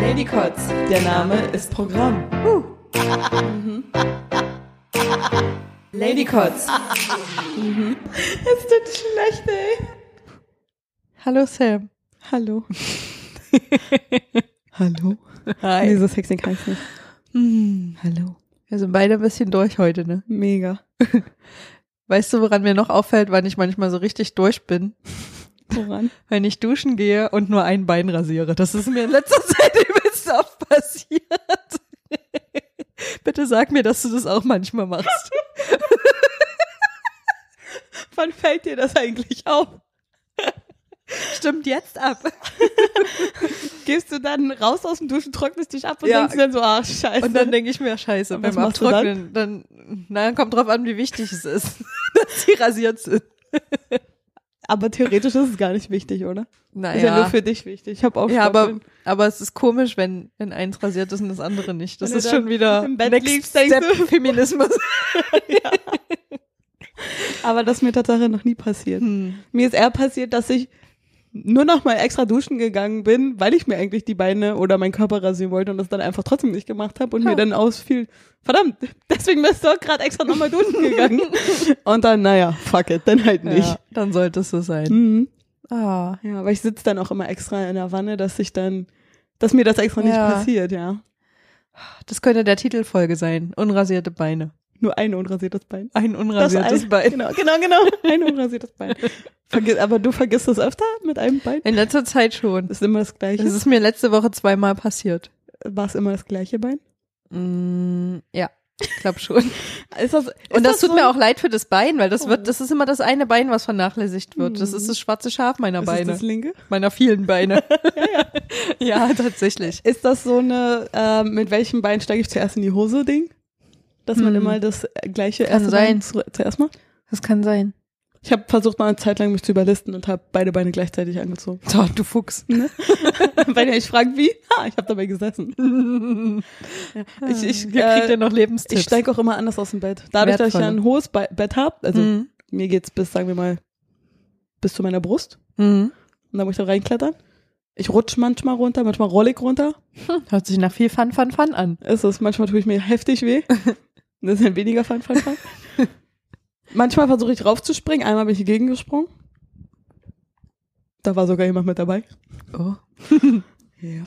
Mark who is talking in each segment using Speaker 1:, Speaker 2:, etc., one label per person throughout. Speaker 1: Lady Kotz, der Name ist Programm. Lady Kotz.
Speaker 2: Es tut schlecht, ey. Hallo Sam. Hallo. Hallo. Nee,
Speaker 1: Hi.
Speaker 2: so sexy kann ich nicht.
Speaker 1: Hm,
Speaker 2: Hallo.
Speaker 1: Wir sind beide ein bisschen durch heute, ne?
Speaker 2: Mega.
Speaker 1: Weißt du, woran mir noch auffällt, wann ich manchmal so richtig durch bin?
Speaker 2: Woran?
Speaker 1: Wenn ich duschen gehe und nur ein Bein rasiere. Das ist mir in letzter Zeit übelst oft passiert. Bitte sag mir, dass du das auch manchmal machst.
Speaker 2: Wann fällt dir das eigentlich auf?
Speaker 1: Stimmt jetzt ab.
Speaker 2: Gehst du dann raus aus dem Duschen, trocknest dich ab
Speaker 1: Ja.
Speaker 2: dann so, ach, scheiße.
Speaker 1: Und dann denke ich mir, scheiße,
Speaker 2: Und
Speaker 1: beim
Speaker 2: was machst du
Speaker 1: Abtrocknen, dann, na, kommt drauf an, wie wichtig es ist, dass sie rasiert sind.
Speaker 2: aber theoretisch ist es gar nicht wichtig, oder?
Speaker 1: Naja.
Speaker 2: Ist ja nur für dich wichtig. Ich habe auch
Speaker 1: ja, aber,
Speaker 2: Stoppeln.
Speaker 1: aber es ist komisch, wenn, wenn eins rasiert ist und das andere nicht. Das
Speaker 2: Wenn du
Speaker 1: ist
Speaker 2: dann
Speaker 1: schon wieder
Speaker 2: im Bett
Speaker 1: Next
Speaker 2: liegst, denkst
Speaker 1: Step Feminismus.
Speaker 2: aber das ist mir tatsächlich noch nie passiert.
Speaker 1: Hm.
Speaker 2: Mir ist eher passiert, dass ich nur noch mal extra duschen gegangen bin, weil ich mir eigentlich die Beine oder meinen Körper rasieren wollte und das dann einfach trotzdem nicht gemacht habe und
Speaker 1: Ja.
Speaker 2: mir dann ausfiel, verdammt, deswegen bist du auch gerade extra nochmal duschen gegangen. und dann, naja, fuck it, dann halt nicht.
Speaker 1: Ja, Hm. dann sollte es so sein.
Speaker 2: Mhm.
Speaker 1: Ah.
Speaker 2: Ja, aber ich sitze dann auch immer extra in der Wanne, dass ich dann, dass mir das extra nicht
Speaker 1: Ja.
Speaker 2: passiert, ja.
Speaker 1: Das könnte der Titelfolge sein. Unrasierte Beine.
Speaker 2: Nur ein unrasiertes Bein.
Speaker 1: Ein unrasiertes
Speaker 2: ein,
Speaker 1: Bein.
Speaker 2: Genau, genau, genau. Ein unrasiertes Bein. Vergiss, aber du vergisst das öfter mit einem Bein?
Speaker 1: In letzter Zeit schon.
Speaker 2: Ist immer das gleiche?
Speaker 1: Das ist mir letzte Woche zweimal passiert.
Speaker 2: War es immer das gleiche Bein?
Speaker 1: Mm, ja, ich glaube schon.
Speaker 2: Ist das,
Speaker 1: Und das, tut
Speaker 2: so
Speaker 1: mir auch leid für das Bein, weil das
Speaker 2: Oh.
Speaker 1: wird, das ist immer das eine Bein, was vernachlässigt wird. Das
Speaker 2: Hm.
Speaker 1: ist das schwarze Schaf meiner
Speaker 2: ist
Speaker 1: Beine.
Speaker 2: das linke?
Speaker 1: meiner vielen Beine. ja, tatsächlich.
Speaker 2: Ist das so eine, ähm, mit welchem Bein steige ich zuerst in die Hose Ding? Dass man
Speaker 1: Hm.
Speaker 2: immer das gleiche
Speaker 1: Kann
Speaker 2: erste
Speaker 1: sein.
Speaker 2: Bein zu, zuerst macht?
Speaker 1: Das kann sein.
Speaker 2: Ich habe versucht mal eine Zeit lang mich zu überlisten und habe beide Beine gleichzeitig angezogen.
Speaker 1: So, du Fuchs.
Speaker 2: Ne? Wenn ihr euch fragt, wie? Ha, ich habe dabei gesessen.
Speaker 1: Ich, ich kriegt
Speaker 2: Hier kriegt
Speaker 1: ja
Speaker 2: ihr
Speaker 1: noch Lebenstipps.
Speaker 2: Äh, Ich steige auch immer anders aus dem Bett. Dadurch, dass ich ja
Speaker 1: Wertvoll.
Speaker 2: ein hohes Be Bett habe, also
Speaker 1: Mhm.
Speaker 2: mir geht's bis, sagen wir mal, bis zu meiner Brust.
Speaker 1: Mhm.
Speaker 2: Und da muss ich da reinklettern. Ich rutsche manchmal runter, manchmal roll ich runter.
Speaker 1: Hört sich nach viel Fun, Fun, Fun an.
Speaker 2: Ist es, manchmal tue ich mir heftig weh. Das ist ein weniger Fun, Fun, Fun. manchmal versuche ich raufzuspringen. Einmal bin ich gegengesprungen. Da war sogar jemand mit dabei.
Speaker 1: Oh.
Speaker 2: Ja.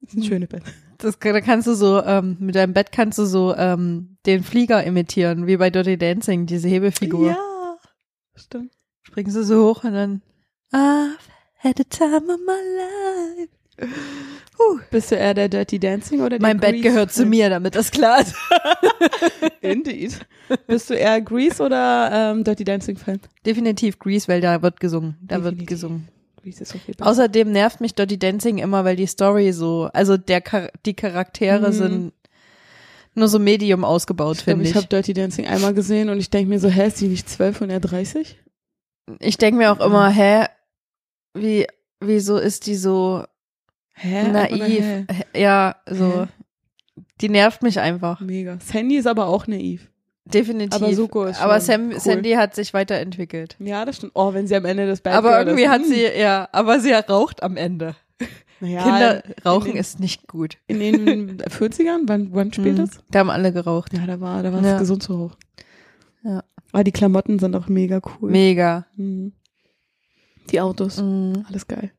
Speaker 2: Das ist ein schönes Bett.
Speaker 1: Das, da kannst du so, ähm, mit deinem Bett kannst du so ähm, den Flieger imitieren, wie bei Dirty Dancing, diese Hebefigur.
Speaker 2: Ja. Stimmt.
Speaker 1: Springst du so hoch und dann I've had the time of my life.
Speaker 2: Bist du eher der Dirty Dancing oder der
Speaker 1: Mein Bett
Speaker 2: Grease-
Speaker 1: gehört zu mir, damit das klar ist.
Speaker 2: Indeed. Bist du eher Grease oder ähm, Dirty Dancing Fan?
Speaker 1: Definitiv Grease, weil da wird gesungen. Da wird
Speaker 2: Definitiv.
Speaker 1: gesungen.
Speaker 2: Grease ist so viel besser.
Speaker 1: Außerdem nervt mich Dirty Dancing immer, weil die Story so, also der Char die Charaktere
Speaker 2: Mhm.
Speaker 1: sind nur so medium ausgebaut,
Speaker 2: Ich, glaub,
Speaker 1: finde
Speaker 2: ich
Speaker 1: ich.
Speaker 2: habe Dirty Dancing einmal gesehen und ich denke mir so, hä, ist die nicht 12 und er 30?
Speaker 1: Ich denke mir auch immer, hä, wie, wieso ist die so
Speaker 2: Hä? Oder
Speaker 1: naiv?
Speaker 2: hä?
Speaker 1: Hä? Ja, so.
Speaker 2: Hä?
Speaker 1: Die nervt mich einfach.
Speaker 2: Mega. Sandy ist aber auch naiv.
Speaker 1: Definitiv.
Speaker 2: Aber Suko ist
Speaker 1: Aber
Speaker 2: schon
Speaker 1: Sam,
Speaker 2: cool.
Speaker 1: Sandy hat sich weiterentwickelt.
Speaker 2: Ja, das stimmt. Oh, wenn sie am Ende das Bad
Speaker 1: aber
Speaker 2: Girl
Speaker 1: irgendwie
Speaker 2: ist.
Speaker 1: hat
Speaker 2: Hm.
Speaker 1: sie, ja, aber sie raucht am Ende.
Speaker 2: naja,
Speaker 1: Kinder rauchen
Speaker 2: den-
Speaker 1: ist nicht gut.
Speaker 2: in den 40ern, wann, wann spielt
Speaker 1: Mhm.
Speaker 2: das?
Speaker 1: Da haben alle geraucht.
Speaker 2: Ja, da war, da war
Speaker 1: Ja.
Speaker 2: es gesund zu hoch.
Speaker 1: Ja.
Speaker 2: Aber die Klamotten sind auch mega cool.
Speaker 1: Mega.
Speaker 2: Mhm. Die Autos,
Speaker 1: Mhm.
Speaker 2: alles geil.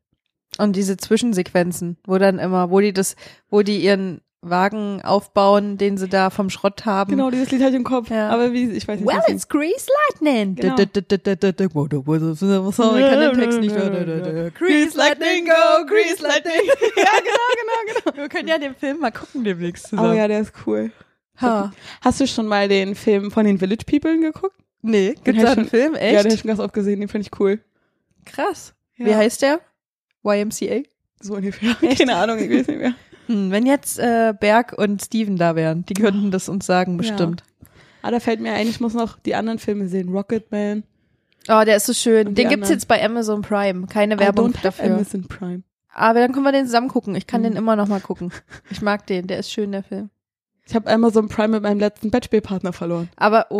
Speaker 1: Und diese Zwischensequenzen, wo dann immer, wo die das, wo die ihren Wagen aufbauen, den sie da vom Schrott haben.
Speaker 2: Genau, dieses Lied hatte ich im Kopf.
Speaker 1: Mhm. Ja.
Speaker 2: Aber wie, ich weiß nicht.
Speaker 1: Well,
Speaker 2: wie es
Speaker 1: it's Grease Lightning.
Speaker 2: Genau.
Speaker 1: Genau. Sorry, ich kann den Text nicht mehr. Grease Lightning, go, Grease Lightning.
Speaker 2: ja, genau, genau, genau.
Speaker 1: Wir können ja den Film mal gucken demnächst
Speaker 2: Oh
Speaker 1: zusammen.
Speaker 2: ja, der ist cool.
Speaker 1: ha.
Speaker 2: Hast du schon mal den Film von den Village People geguckt?
Speaker 1: Nee,
Speaker 2: Den
Speaker 1: gibt's da
Speaker 2: hab ich
Speaker 1: einen Film?
Speaker 2: Ja,
Speaker 1: Echt?
Speaker 2: den habe ich schon ganz oft gesehen, den finde ich cool.
Speaker 1: Krass.
Speaker 2: Ja.
Speaker 1: Wie heißt der? YMCA?
Speaker 2: So ungefähr. Keine Ahnung, ich weiß nicht mehr.
Speaker 1: Hm, wenn jetzt äh, Berg und Steven da wären, die könnten das uns sagen, bestimmt.
Speaker 2: Ah, da fällt mir ein, ich muss noch die anderen Filme sehen. Rocketman.
Speaker 1: Oh, der ist so schön.
Speaker 2: Und die
Speaker 1: Den gibt's
Speaker 2: anderen?
Speaker 1: jetzt bei Amazon Prime. Keine
Speaker 2: I
Speaker 1: Werbung
Speaker 2: don't have
Speaker 1: dafür.
Speaker 2: Amazon Prime.
Speaker 1: Aber dann können wir den zusammen gucken. Ich kann
Speaker 2: Mhm.
Speaker 1: den immer noch mal gucken. Ich mag den. Der ist schön, der Film.
Speaker 2: Ich habe Amazon Prime mit meinem letzten Batchspielpartner verloren.
Speaker 1: Aber, oh.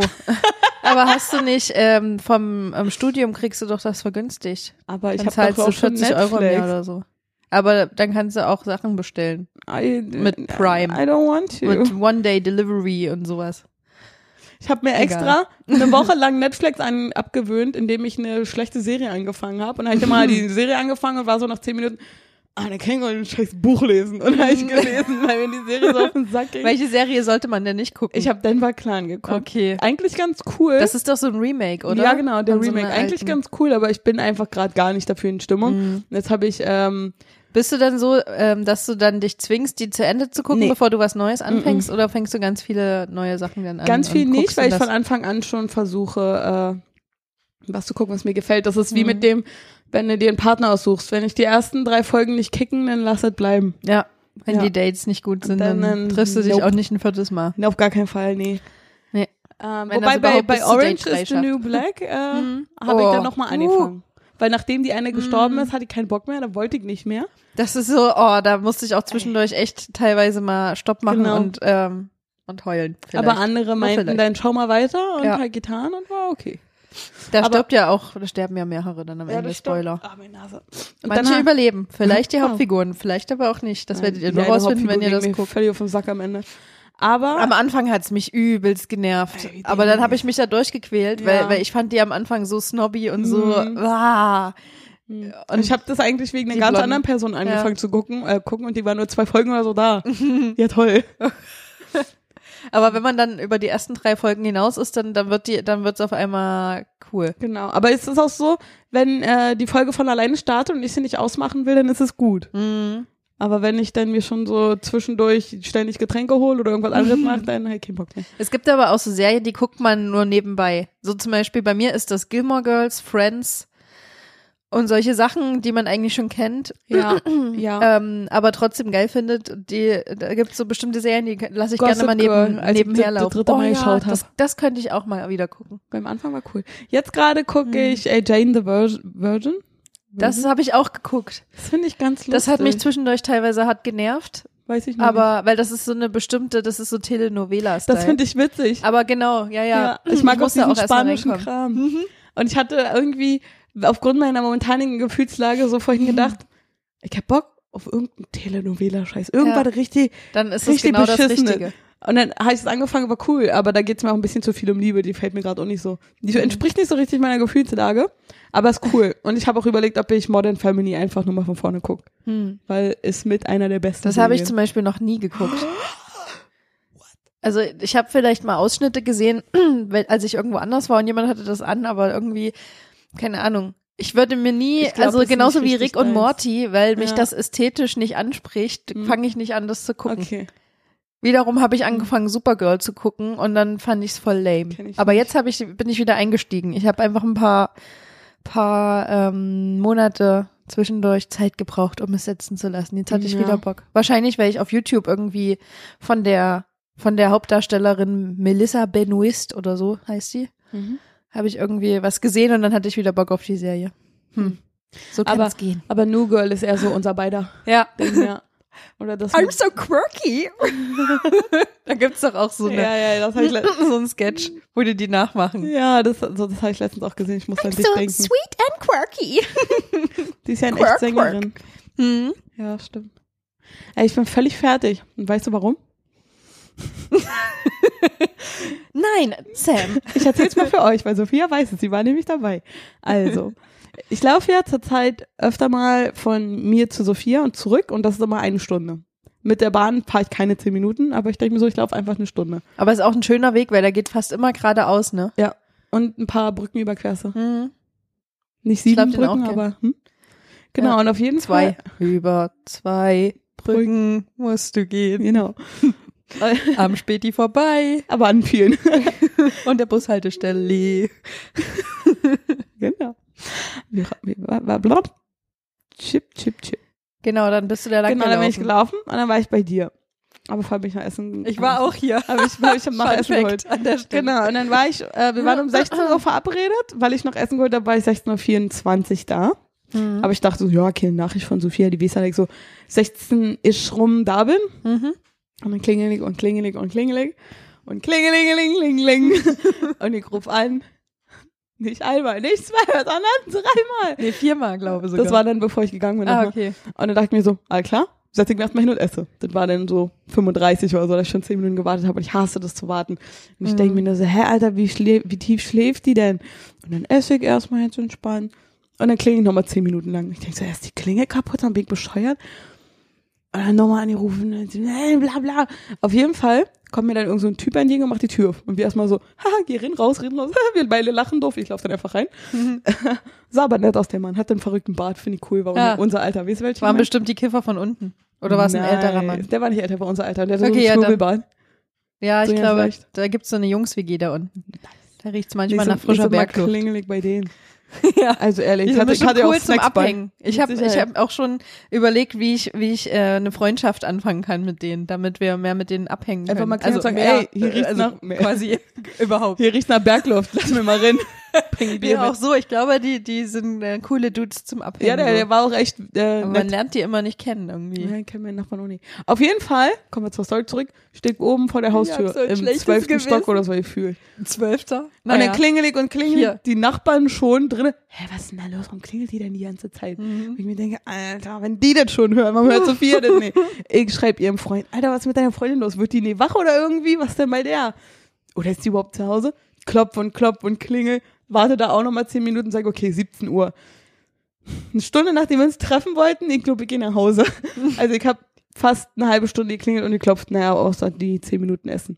Speaker 1: Aber hast du nicht, ähm, vom ähm, Studium kriegst du doch das vergünstigt.
Speaker 2: Aber ich
Speaker 1: Dann
Speaker 2: habe
Speaker 1: zahlst
Speaker 2: doch
Speaker 1: du
Speaker 2: auch schon
Speaker 1: 40
Speaker 2: Netflix.
Speaker 1: Euro im Jahr oder so. Aber dann kannst du auch Sachen bestellen.
Speaker 2: I,
Speaker 1: Mit Prime.
Speaker 2: I don't want to.
Speaker 1: Mit One-Day-Delivery und sowas.
Speaker 2: Ich habe mir
Speaker 1: Egal.
Speaker 2: extra eine Woche lang Netflix an, abgewöhnt, indem ich eine schlechte Serie angefangen habe. Und dann habe ich immer die Serie angefangen und war so nach zehn Minuten, ah, dann kann ich doch ein scheiß Buch lesen. Und dann habe ich gelesen, weil mir die Serie so auf den Sack ging.
Speaker 1: Welche Serie sollte man denn nicht gucken?
Speaker 2: Ich habe Denver Clan geguckt.
Speaker 1: okay.
Speaker 2: Eigentlich ganz cool.
Speaker 1: Das ist doch so ein Remake, oder?
Speaker 2: Ja, genau, der
Speaker 1: Von so
Speaker 2: Remake.
Speaker 1: einer
Speaker 2: Eigentlich
Speaker 1: alten. Mhm.
Speaker 2: ganz cool, aber ich bin einfach gerade gar nicht dafür in Stimmung. Und Jetzt habe ich, ähm,
Speaker 1: Bist du dann so, ähm, dass du dann dich zwingst, die zu Ende zu gucken,
Speaker 2: Nee.
Speaker 1: bevor du was Neues anfängst? Oder fängst du ganz viele neue Sachen dann an?
Speaker 2: Ganz
Speaker 1: Ähm, und
Speaker 2: viel nicht,
Speaker 1: guckst
Speaker 2: weil ich
Speaker 1: und
Speaker 2: von
Speaker 1: das-
Speaker 2: Anfang an schon versuche, äh, was zu gucken, was mir gefällt. Das ist wie
Speaker 1: Mhm.
Speaker 2: mit dem, wenn du dir einen Partner aussuchst. Wenn ich die ersten drei Folgen nicht kicken, dann lass es bleiben.
Speaker 1: Ja, wenn
Speaker 2: Ja.
Speaker 1: die Dates nicht gut sind, dann,
Speaker 2: dann, ähm,
Speaker 1: triffst du dich
Speaker 2: nope.
Speaker 1: auch nicht ein viertes Mal.
Speaker 2: Nee, auf gar keinen Fall, nee.
Speaker 1: Nee.
Speaker 2: Ähm,
Speaker 1: Wenn
Speaker 2: wobei
Speaker 1: das
Speaker 2: bei,
Speaker 1: überhaupt bis
Speaker 2: bei
Speaker 1: zu
Speaker 2: Orange
Speaker 1: Date drei
Speaker 2: is the
Speaker 1: schafft.
Speaker 2: New Black äh,
Speaker 1: Mhm.
Speaker 2: habe ich
Speaker 1: Oh. Mhm.
Speaker 2: dann nochmal angefangen. Weil nachdem die eine gestorben ist, hatte ich keinen Bock mehr, dann wollte ich nicht mehr.
Speaker 1: Das ist so, oh, da musste ich auch zwischendurch echt teilweise mal Stopp machen
Speaker 2: Genau.
Speaker 1: und, ähm, und heulen. Vielleicht.
Speaker 2: Aber andere meinten,
Speaker 1: vielleicht.
Speaker 2: dann schau mal weiter und
Speaker 1: Ja.
Speaker 2: halt getan und war okay.
Speaker 1: da
Speaker 2: aber-
Speaker 1: stirbt ja auch, da sterben ja mehrere dann am Ende, Spoiler.
Speaker 2: Ah, meine Nase. Und
Speaker 1: Manche
Speaker 2: dann-
Speaker 1: überleben, vielleicht die
Speaker 2: Ja.
Speaker 1: Hauptfiguren, vielleicht aber auch nicht. Das werdet ihr nur
Speaker 2: Ja,
Speaker 1: rausfinden, wenn
Speaker 2: Hauptfigur
Speaker 1: ihr das
Speaker 2: ging mir
Speaker 1: guckt.
Speaker 2: Völlig auf den Sack am Ende. Aber
Speaker 1: Am Anfang hat's mich übelst genervt,
Speaker 2: Ey, wie
Speaker 1: aber dann habe ich mich da durchgequält, weil,
Speaker 2: Ja.
Speaker 1: weil ich fand die am Anfang so snobby und so,
Speaker 2: Mhm.
Speaker 1: ah.
Speaker 2: Und ich habe das eigentlich wegen
Speaker 1: Die
Speaker 2: einer ganz
Speaker 1: Blonden.
Speaker 2: anderen Person
Speaker 1: Ja.
Speaker 2: angefangen zu gucken, äh, gucken und die war nur zwei Folgen oder so da. ja, toll.
Speaker 1: Aber wenn man dann über die ersten drei Folgen hinaus ist, dann, dann wird die, dann wird's auf einmal cool.
Speaker 2: Genau. Aber es ist auch so, wenn äh, die Folge von alleine startet und ich sie nicht ausmachen will, dann ist es gut.
Speaker 1: Mhm.
Speaker 2: Aber wenn ich dann mir schon so zwischendurch ständig Getränke hole oder irgendwas anderes mache, dann halt keinen Bock mehr.
Speaker 1: Es gibt aber auch so Serien, die guckt man nur nebenbei. So zum Beispiel bei mir ist das Gilmore Girls, Friends und solche Sachen, die man eigentlich schon kennt,
Speaker 2: Ja. ja.
Speaker 1: ähm, aber trotzdem geil findet. Die, da gibt es so bestimmte Serien, die lasse ich
Speaker 2: Gossip
Speaker 1: gerne mal neben,
Speaker 2: Girl, als ich
Speaker 1: nebenher
Speaker 2: das- das
Speaker 1: laufen.
Speaker 2: dritte Mal geschaut hab.
Speaker 1: das, das könnte ich auch mal wieder gucken.
Speaker 2: Beim Anfang war cool. Jetzt gerade gucke ich äh, Jane the Virgin. Virgin?
Speaker 1: Das habe ich auch geguckt.
Speaker 2: Das finde ich ganz Mhm. lustig. Mhm.
Speaker 1: Das hat mich zwischendurch teilweise hart genervt,
Speaker 2: Weiß ich noch nicht.
Speaker 1: aber weil das ist so eine bestimmte, das ist so Telenovela-Style.
Speaker 2: Das finde ich witzig.
Speaker 1: aber genau, ja, ja.
Speaker 2: Ja, ich mag auch
Speaker 1: musste
Speaker 2: diesen
Speaker 1: erst mal
Speaker 2: spanischen
Speaker 1: reinkommen. Mhm.
Speaker 2: Kram. Und ich hatte irgendwie aufgrund meiner momentanen Gefühlslage so
Speaker 1: Mhm.
Speaker 2: vorhin gedacht, ich hab Bock auf irgendeinen Telenovela-Scheiß. Irgendwas
Speaker 1: Ja.
Speaker 2: richtig.
Speaker 1: Dann ist es
Speaker 2: Richtig
Speaker 1: genau das
Speaker 2: beschissene.
Speaker 1: Richtige.
Speaker 2: Und dann habe ich es angefangen, war cool, aber da geht's mir auch ein bisschen zu viel um Liebe, die fällt mir gerade auch nicht so.
Speaker 1: Mhm.
Speaker 2: Die entspricht nicht so richtig meiner Gefühlslage, aber ist cool. Und ich habe auch überlegt, ob ich Modern Family einfach nochmal von vorne gucke,
Speaker 1: Hm.
Speaker 2: weil ist mit einer der besten.
Speaker 1: Das habe ich zum
Speaker 2: Serien.
Speaker 1: Beispiel noch nie geguckt. Also ich habe vielleicht mal Ausschnitte gesehen, weil- als ich irgendwo anders war und jemand hatte das an, aber irgendwie, keine Ahnung. Ich würde mir nie,
Speaker 2: Ich glaub,
Speaker 1: also
Speaker 2: das ist
Speaker 1: genauso
Speaker 2: nicht
Speaker 1: wie
Speaker 2: richtig
Speaker 1: Rick und
Speaker 2: deins.
Speaker 1: Morty, weil mich
Speaker 2: Ja.
Speaker 1: das ästhetisch nicht anspricht,
Speaker 2: Hm.
Speaker 1: fange ich nicht an, das zu gucken.
Speaker 2: Okay.
Speaker 1: Wiederum habe ich angefangen, Supergirl zu gucken und dann fand ich es voll lame.
Speaker 2: Mhm. Kenn ich
Speaker 1: Aber
Speaker 2: nicht.
Speaker 1: jetzt hab ich, bin ich wieder eingestiegen. Ich habe einfach ein paar, paar ähm, Monate zwischendurch Zeit gebraucht, um es setzen zu lassen. Jetzt hatte ich
Speaker 2: Ja.
Speaker 1: wieder Bock. Wahrscheinlich, weil ich auf YouTube irgendwie von der von der Hauptdarstellerin Melissa Benoist oder so heißt sie,
Speaker 2: Mhm.
Speaker 1: habe ich irgendwie was gesehen und dann hatte ich wieder Bock auf die Serie. Hm. So kann's
Speaker 2: Aber-
Speaker 1: gehen.
Speaker 2: Aber New Girl ist eher so unser beider
Speaker 1: Ja.
Speaker 2: Ding, ja. Oder das.
Speaker 1: I'm so quirky. da gibt's doch auch so eine
Speaker 2: ja, ja, das habe ich, le-
Speaker 1: so ein Sketch, wo die die nachmachen.
Speaker 2: Ja, das, also das habe ich letztens auch gesehen. Ich muss an dich denken.
Speaker 1: sweet and quirky.
Speaker 2: Die ist ja eine
Speaker 1: Quirk,
Speaker 2: echt Sängerin.
Speaker 1: Hm.
Speaker 2: Ja, stimmt. Ey, ich bin völlig fertig. Und weißt du warum?
Speaker 1: Nein, Sam.
Speaker 2: Ich erzähle es mal für euch, weil Sophia weiß es. Sie war nämlich dabei. Also, ich laufe ja zurzeit öfter mal von mir zu Sophia und zurück und das ist immer eine Stunde. Mit der Bahn fahre ich keine zehn Minuten, aber ich denke mir so, ich laufe einfach eine Stunde.
Speaker 1: Aber ist auch ein schöner Weg, weil der geht fast immer geradeaus, ne?
Speaker 2: Und ein paar Brücken überquerst du.
Speaker 1: Hm.
Speaker 2: Nicht
Speaker 1: Ich glaub,
Speaker 2: sieben
Speaker 1: den auch
Speaker 2: Brücken,
Speaker 1: gern.
Speaker 2: aber hm? genau.
Speaker 1: Ja.
Speaker 2: Und auf jeden Fall
Speaker 1: Zwei. Über zwei Brücken musst du gehen.
Speaker 2: Genau.
Speaker 1: Am Späti vorbei.
Speaker 2: Aber an vielen.
Speaker 1: Und der Bushaltestelle.
Speaker 2: Genau. Wir, wir, war, war blub. Chip, chip, chip.
Speaker 1: Genau, dann bist du da lang
Speaker 2: genau, dann bin ich
Speaker 1: gelaufen.
Speaker 2: gelaufen und dann war ich bei dir. Aber vorher bin ich nach Essen.
Speaker 1: Ich war auch hier.
Speaker 2: Aber ich, hab ich habe noch
Speaker 1: Fun
Speaker 2: Essen
Speaker 1: Fact
Speaker 2: geholt.
Speaker 1: An der Stelle.
Speaker 2: Genau, und dann war ich, äh, wir waren um 16 Uhr verabredet, weil ich noch Essen geholt habe, war ich 16.24 Uhr da.
Speaker 1: Mhm.
Speaker 2: Aber ich dachte so, ja, keine Nachricht von Sophia, die weiß ja, dass ich so 16 ich rum da bin.
Speaker 1: Mhm.
Speaker 2: Und dann klingelig und klingelig und klingelig. Und klingelingelinglingling. Und ich ruf an. Nicht einmal, nicht zweimal, sondern dreimal.
Speaker 1: Nee, viermal, glaube ich sogar.
Speaker 2: Das war dann, bevor ich gegangen bin.
Speaker 1: ah,
Speaker 2: nochmal.
Speaker 1: okay.
Speaker 2: Und dann dachte ich mir so, all klar, setze ich mich erstmal hin und esse. Das war dann so 35 oder so, dass ich schon 10 Minuten gewartet habe und ich hasse das zu warten. Und ich
Speaker 1: Mhm.
Speaker 2: denke mir nur so, hä, Alter, wie, schlä wie tief schläft die denn? Und dann esse ich erstmal jetzt entspannt. Und dann klinge ich nochmal 10 Minuten lang. Ich denke so, erst die Klinge kaputt, dann bin ich bescheuert. Und dann nochmal angerufen, und sie, äh, bla bla. Auf jeden Fall kommt mir dann irgend so ein Typ entgegen und macht die Tür auf. Und wir erstmal so, haha, geh rein, raus, reden raus. Wir beide lachen doof, ich laufe dann einfach rein.
Speaker 1: Mhm.
Speaker 2: Sah aber nett aus, der Mann. Hat den verrückten Bart, finde ich cool, war
Speaker 1: Ja.
Speaker 2: unser Alter. Weißt du, welchen
Speaker 1: Waren bestimmt die Kiffer von unten. Oder war es ein
Speaker 2: Nein,
Speaker 1: älterer Mann?
Speaker 2: Der war nicht älter, war unser Alter. Und der hatte
Speaker 1: Okay,
Speaker 2: so
Speaker 1: ja,
Speaker 2: einen
Speaker 1: dann-
Speaker 2: Schwurbelbahn.
Speaker 1: Ja, ich
Speaker 2: So, ja,
Speaker 1: glaube,
Speaker 2: vielleicht.
Speaker 1: da gibt's so eine Jungs-WG da unten. Da riecht's
Speaker 2: Nicht
Speaker 1: manchmal
Speaker 2: so-
Speaker 1: nach frischer
Speaker 2: nicht so mal
Speaker 1: Bergluft.
Speaker 2: klingelig bei denen.
Speaker 1: ja.
Speaker 2: Also ehrlich,
Speaker 1: Ich
Speaker 2: ich hatte, ich hatte ja
Speaker 1: cool
Speaker 2: auch
Speaker 1: zum
Speaker 2: Snacks bei.
Speaker 1: Abhängen. Ich
Speaker 2: Mit
Speaker 1: habe ich
Speaker 2: Sicherheit.
Speaker 1: hab auch schon überlegt, wie ich, wie ich äh, eine Freundschaft anfangen kann mit denen, damit wir mehr mit denen abhängen können.
Speaker 2: Einfach mal klingeln und sagen,
Speaker 1: mehr,
Speaker 2: ey, hier
Speaker 1: äh,
Speaker 2: riecht's
Speaker 1: also
Speaker 2: nach- mehr.
Speaker 1: quasi überhaupt.
Speaker 2: Hier riecht's nach Bergluft, lass mir mal rein. Bring Bier
Speaker 1: Ja, auch
Speaker 2: mit.
Speaker 1: so. Ich glaube, die, die sind äh, coole Dudes zum Abhängen.
Speaker 2: ja der, der
Speaker 1: so.
Speaker 2: war auch echt äh,
Speaker 1: Aber man
Speaker 2: nett.
Speaker 1: lernt die immer nicht kennen irgendwie.
Speaker 2: Ja, ich kenne meinen Nachbarn auch nicht. Auf jeden Fall, kommen wir zur Story zurück, steht oben vor der Haustür
Speaker 1: hab so ein
Speaker 2: im
Speaker 1: schlechtes
Speaker 2: 12.
Speaker 1: Gewissen.
Speaker 2: Stock oder so, ich fühl.
Speaker 1: Zwölfter?
Speaker 2: Und dann klingelig und klingelig,
Speaker 1: Hier.
Speaker 2: die Nachbarn schon drin. Hä, was ist denn da los? Warum klingelt die denn die ganze Zeit? Und ich mir denke, Alter, wenn die das schon hören, warum hört Sophia das nicht? Ich schreibe ihrem Freund, Alter, was ist mit deiner Freundin los? Wird die nie wach oder irgendwie? Was denn bei der? Oder ist die überhaupt zu Hause? Klopf und klopf und klingel. Warte da auch nochmal 10 Minuten und sage, okay, 17 Uhr. Eine Stunde nachdem wir uns treffen wollten, ich glaube, ich gehe nach Hause. Also ich habe fast eine halbe Stunde geklingelt und geklopft, naja, außer die 10 Minuten essen.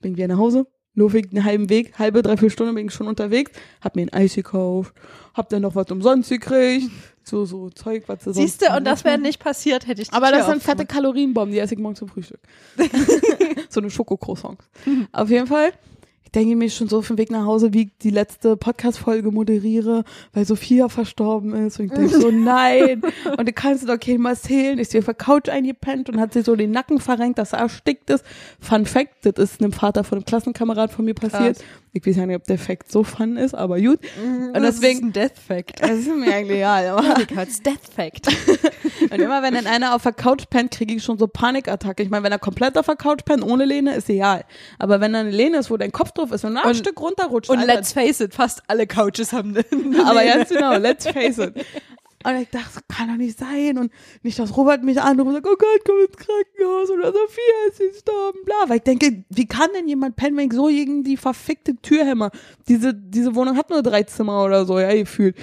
Speaker 2: Bin wieder nach Hause, laufe ich einen halben Weg, halbe, dreiviertel Stunde bin ich schon unterwegs, hab mir ein Eis gekauft, hab dann noch was umsonst gekriegt, so, so Zeug, was du sonst
Speaker 1: Siehst du, und das wäre nicht passiert, hätte ich die
Speaker 2: aber
Speaker 1: Tür
Speaker 2: das sind fette
Speaker 1: aufgemacht.
Speaker 2: Kalorienbomben, die esse ich morgen zum Frühstück. so eine Schokocroissant. Auf jeden Fall, ich denke mir schon so auf dem Weg nach Hause, wie ich die letzte Podcast-Folge moderiere, weil Sophia verstorben ist. Und ich denke so, nein. Und du kannst es doch okay, mal zählen. Ist sie auf der Couch eingepennt und hat sie so den Nacken verrenkt, dass er erstickt ist. Fun Fact, das ist einem Vater von einem Klassenkamerad von mir passiert.
Speaker 1: Krass.
Speaker 2: Ich weiß ja nicht, ob der Fact so fun ist, aber gut. Und
Speaker 1: Das ist
Speaker 2: deswegen,
Speaker 1: ein Death Fact.
Speaker 2: es ist mir eigentlich egal. Aber
Speaker 1: Kurz Death Fact.
Speaker 2: und immer wenn dann einer auf der Couch pennt, kriege ich schon so Panikattacke. Ich meine, wenn er komplett auf der Couch pennt, ohne Lehne, ist egal. Aber wenn da eine Lehne ist, wo dein Kopf drauf ist und ein
Speaker 1: Und-
Speaker 2: Stück runterrutscht.
Speaker 1: Und
Speaker 2: Alter,
Speaker 1: let's face it, fast alle Couches haben einen.
Speaker 2: aber ganz genau, let's face it. Und ich dachte, das kann doch nicht sein. Und nicht, dass Robert mich anruft und sagt, oh Gott, komm ins Krankenhaus oder Sophia ist gestorben, bla. Weil ich denke, wie kann denn jemand pennen, wenn ich so gegen die verfickte Tür hämmer? Diese, diese Wohnung hat nur drei Zimmer oder so, ja, gefühlt.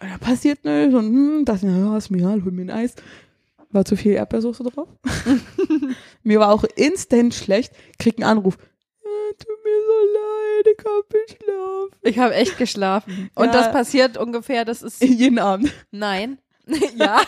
Speaker 2: Und da passiert nichts und hm, dachte, ich, ja, ist mir egal, hol mir ein Eis. War zu viel Erdbeersoße drauf. mir war auch instant schlecht, krieg einen Anruf. "Ja, Tut mir so leid, ich hab nicht schlafen.
Speaker 1: Ich habe echt geschlafen. Und
Speaker 2: Ja.
Speaker 1: das passiert ungefähr, das ist.
Speaker 2: Jeden Abend.
Speaker 1: Nein. ja.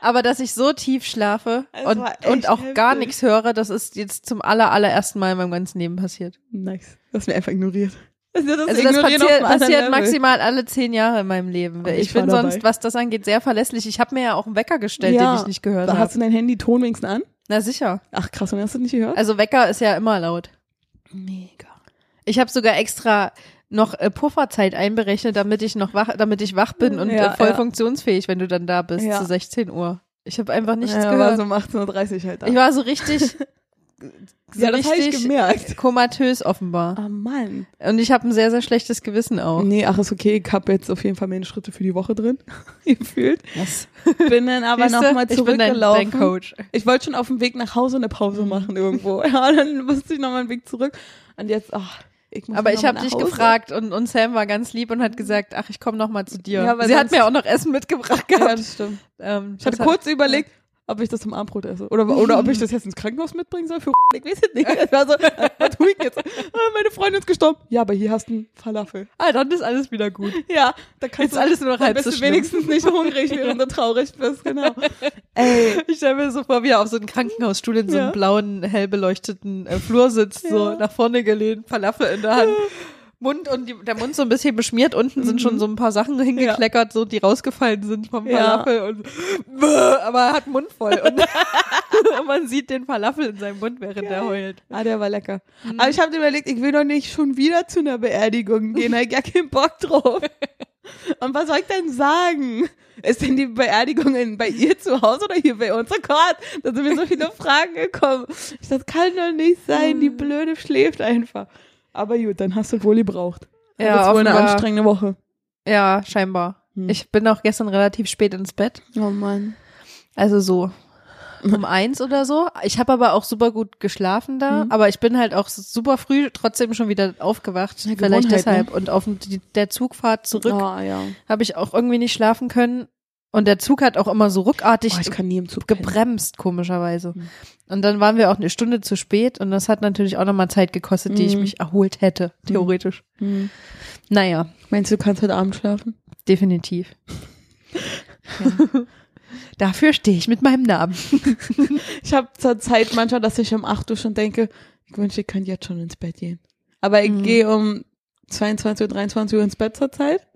Speaker 1: Aber dass ich so tief schlafe
Speaker 2: Es
Speaker 1: und,
Speaker 2: war echt
Speaker 1: und auch gar
Speaker 2: heftig.
Speaker 1: nichts höre, das ist jetzt zum aller, allerersten Mal in meinem ganzen Leben passiert.
Speaker 2: Nice. Das mir einfach ignoriert. Das, das
Speaker 1: Also das passiert, passiert maximal alle zehn Jahre in meinem Leben.
Speaker 2: Und
Speaker 1: Ich,
Speaker 2: ich war
Speaker 1: bin
Speaker 2: dabei.
Speaker 1: sonst, was das angeht, sehr verlässlich. Ich habe mir ja auch einen Wecker gestellt,
Speaker 2: Ja.
Speaker 1: den ich nicht gehört
Speaker 2: Da
Speaker 1: habe.
Speaker 2: hast du dein Handy Ton wenigstens an?
Speaker 1: Na sicher.
Speaker 2: Ach krass, und hast du das nicht gehört?
Speaker 1: Also Wecker ist ja immer laut.
Speaker 2: Mega.
Speaker 1: Ich habe sogar extra noch äh, Pufferzeit einberechnet, damit ich noch wach, damit ich wach bin und
Speaker 2: Ja,
Speaker 1: äh, voll
Speaker 2: ja.
Speaker 1: funktionsfähig, wenn du dann da bist
Speaker 2: Ja.
Speaker 1: zu 16 Uhr. Ich habe einfach nichts
Speaker 2: ja, war
Speaker 1: gehört.
Speaker 2: so um 18.30 Uhr halt da.
Speaker 1: ich war so richtig, so
Speaker 2: ja, das hab ich
Speaker 1: richtig Oh
Speaker 2: gemerkt.
Speaker 1: komatös offenbar.
Speaker 2: Ah Mann.
Speaker 1: Und ich habe ein sehr, sehr schlechtes Gewissen auch.
Speaker 2: Oh. Nee, ach ist okay, ich hab jetzt auf jeden Fall meine Schritte für die Woche drin. Gefühlt.
Speaker 1: Yes.
Speaker 2: Bin dann aber
Speaker 1: Siehste,
Speaker 2: nochmal
Speaker 1: ich bin dein, Mhm.
Speaker 2: zurückgelaufen.
Speaker 1: dein Coach.
Speaker 2: Ich wollte schon auf dem Weg nach Hause eine Pause machen irgendwo. Ja, dann musste ich nochmal einen Weg zurück. Und jetzt, ach, ich muss
Speaker 1: Aber ich
Speaker 2: nochmal
Speaker 1: habe
Speaker 2: nach
Speaker 1: dich
Speaker 2: Hause.
Speaker 1: gefragt und, und Sam war ganz lieb und hat gesagt, ach, ich komme noch mal zu dir.
Speaker 2: Ja, weil
Speaker 1: Sie hat
Speaker 2: sonst-
Speaker 1: mir auch noch Essen mitgebracht
Speaker 2: Ja,
Speaker 1: gehabt.
Speaker 2: das stimmt.
Speaker 1: Ähm,
Speaker 2: Ich hatte
Speaker 1: das
Speaker 2: kurz überlegt, ob ich das zum Abendbrot esse. Oder, oder ob ich das jetzt ins Krankenhaus mitbringen soll. Für ich weiß es nicht. Es war so, äh, was tue ich jetzt? Ah, Meine Freundin ist gestorben. Ja, aber hier hast du einen Falafel.
Speaker 1: Ah, dann ist alles wieder gut.
Speaker 2: Ja, da kannst
Speaker 1: Ist alles nur noch
Speaker 2: dann
Speaker 1: halb
Speaker 2: bist
Speaker 1: so
Speaker 2: du
Speaker 1: schlimm.
Speaker 2: wenigstens nicht hungrig, während du traurig bist. Genau. Ey,
Speaker 1: Ich stelle mir so vor, wie er auf so einem Krankenhausstuhl in so einem
Speaker 2: Ja.
Speaker 1: blauen, hell beleuchteten äh, Flur sitzt, so
Speaker 2: Ja.
Speaker 1: nach vorne gelehnt, Falafel in der Hand. Mund und die, der Mund so ein bisschen beschmiert, unten sind
Speaker 2: Mhm.
Speaker 1: schon so ein paar Sachen hingekleckert, so die rausgefallen sind vom
Speaker 2: Ja.
Speaker 1: Falafel und bäh, aber er hat einen Mund voll und, und man sieht den Falafel in seinem Mund, während er heult.
Speaker 2: ah, der war lecker. Aber ich habe überlegt, ich will doch nicht schon wieder zu einer Beerdigung gehen. Da hab ich gar keinen Bock drauf. Und was soll ich denn sagen? Ist denn die Beerdigung in, bei ihr zu Hause oder hier bei uns? Oh Gott, da sind mir so viele Fragen gekommen. Ich dachte, kann doch nicht sein, die Blöde schläft einfach. Aber gut, dann hast du wohl gebraucht. Jetzt wohl eine
Speaker 1: offenbar.
Speaker 2: anstrengende Woche.
Speaker 1: Ja, scheinbar.
Speaker 2: Hm.
Speaker 1: Ich bin auch gestern relativ spät ins Bett.
Speaker 2: Oh Mann.
Speaker 1: Also so um eins oder so. Ich habe aber auch super gut geschlafen
Speaker 2: Mhm.
Speaker 1: da. Aber ich bin halt auch super früh trotzdem schon wieder aufgewacht.
Speaker 2: Ja,
Speaker 1: Vielleicht
Speaker 2: Gewohnheit, ne?
Speaker 1: deshalb. Und auf dem- die, der Zugfahrt zurück
Speaker 2: Ah, ja.
Speaker 1: habe ich auch irgendwie nicht schlafen können. Und der Zug hat auch immer so ruckartig
Speaker 2: Boah, ich kann nie im Zug pennen.
Speaker 1: gebremst, komischerweise.
Speaker 2: Mhm.
Speaker 1: Und dann waren wir auch eine Stunde zu spät und das hat natürlich auch nochmal Zeit gekostet, die ich
Speaker 2: Mhm.
Speaker 1: mich erholt hätte, theoretisch.
Speaker 2: Hm.
Speaker 1: Naja,
Speaker 2: Meinst du, du kannst heute Abend schlafen?
Speaker 1: definitiv. Ja. Dafür stehe ich mit meinem Namen.
Speaker 2: Ich habe zur Zeit manchmal, dass ich um 8 Uhr schon denke, ich wünsche, ich könnte jetzt schon ins Bett gehen. Aber ich
Speaker 1: Mhm.
Speaker 2: gehe um 22 Uhr, 23 Uhr ins Bett zur Zeit.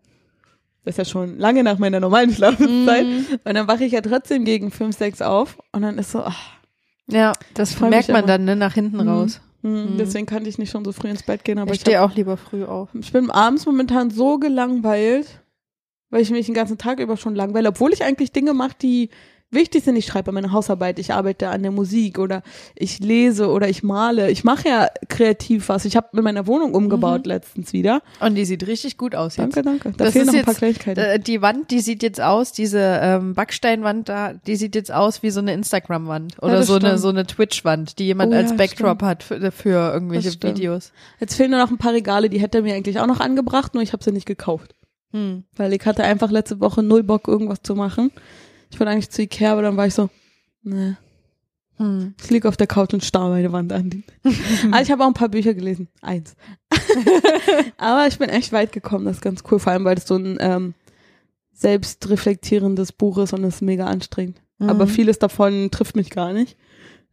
Speaker 2: Das ist ja schon lange nach meiner normalen Schlafenszeit.
Speaker 1: Mhm.
Speaker 2: Und dann wache ich ja trotzdem gegen 5, 6 auf. Und dann ist so, ach,
Speaker 1: Ja, das
Speaker 2: freu
Speaker 1: merkt
Speaker 2: mich
Speaker 1: man
Speaker 2: immer.
Speaker 1: dann ne, nach hinten
Speaker 2: Mhm.
Speaker 1: raus.
Speaker 2: hm,
Speaker 1: Mhm.
Speaker 2: deswegen kann ich nicht schon so früh ins Bett gehen. Aber
Speaker 1: ich
Speaker 2: ich,
Speaker 1: stehe auch lieber früh auf.
Speaker 2: hab, ich bin abends momentan so gelangweilt, weil ich mich den ganzen Tag über schon langweile. Obwohl ich eigentlich Dinge mache, die wichtig sind. Ich schreibe meine Hausarbeit, ich arbeite an der Musik oder ich lese oder ich male. Ich mache ja kreativ was. Ich habe mit meiner Wohnung umgebaut letztens wieder.
Speaker 1: Und die sieht richtig gut aus jetzt.
Speaker 2: Danke, danke. Da
Speaker 1: Mhm. Das
Speaker 2: fehlen
Speaker 1: ist
Speaker 2: noch ein paar
Speaker 1: jetzt-
Speaker 2: Kleinigkeiten.
Speaker 1: Äh, Die Wand, die sieht jetzt aus, diese ähm, Backsteinwand da, die sieht jetzt aus wie so eine Instagram-Wand oder
Speaker 2: das
Speaker 1: so eine
Speaker 2: stimmt.
Speaker 1: so eine Twitch-Wand, die jemand
Speaker 2: Oh ja,
Speaker 1: als Backdrop hat für, äh, für
Speaker 2: Das
Speaker 1: irgendwelche
Speaker 2: stimmt.
Speaker 1: Videos.
Speaker 2: Jetzt fehlen nur noch ein paar Regale, die hätte er mir eigentlich auch noch angebracht, nur ich habe sie nicht gekauft.
Speaker 1: Hm.
Speaker 2: Weil ich hatte einfach letzte Woche null Bock, irgendwas zu machen. Ich wollte eigentlich zu Ikea, aber dann war ich so, ne,
Speaker 1: Hm.
Speaker 2: ich lieg auf der Couch und starr meine Wand an. aber ich habe auch ein paar Bücher gelesen. Eins. aber ich bin echt weit gekommen, das ist ganz cool. Vor allem, weil es so ein ähm, selbstreflektierendes Buch ist und es ist mega anstrengend.
Speaker 1: Mhm. Hm.
Speaker 2: Aber vieles davon trifft mich gar nicht.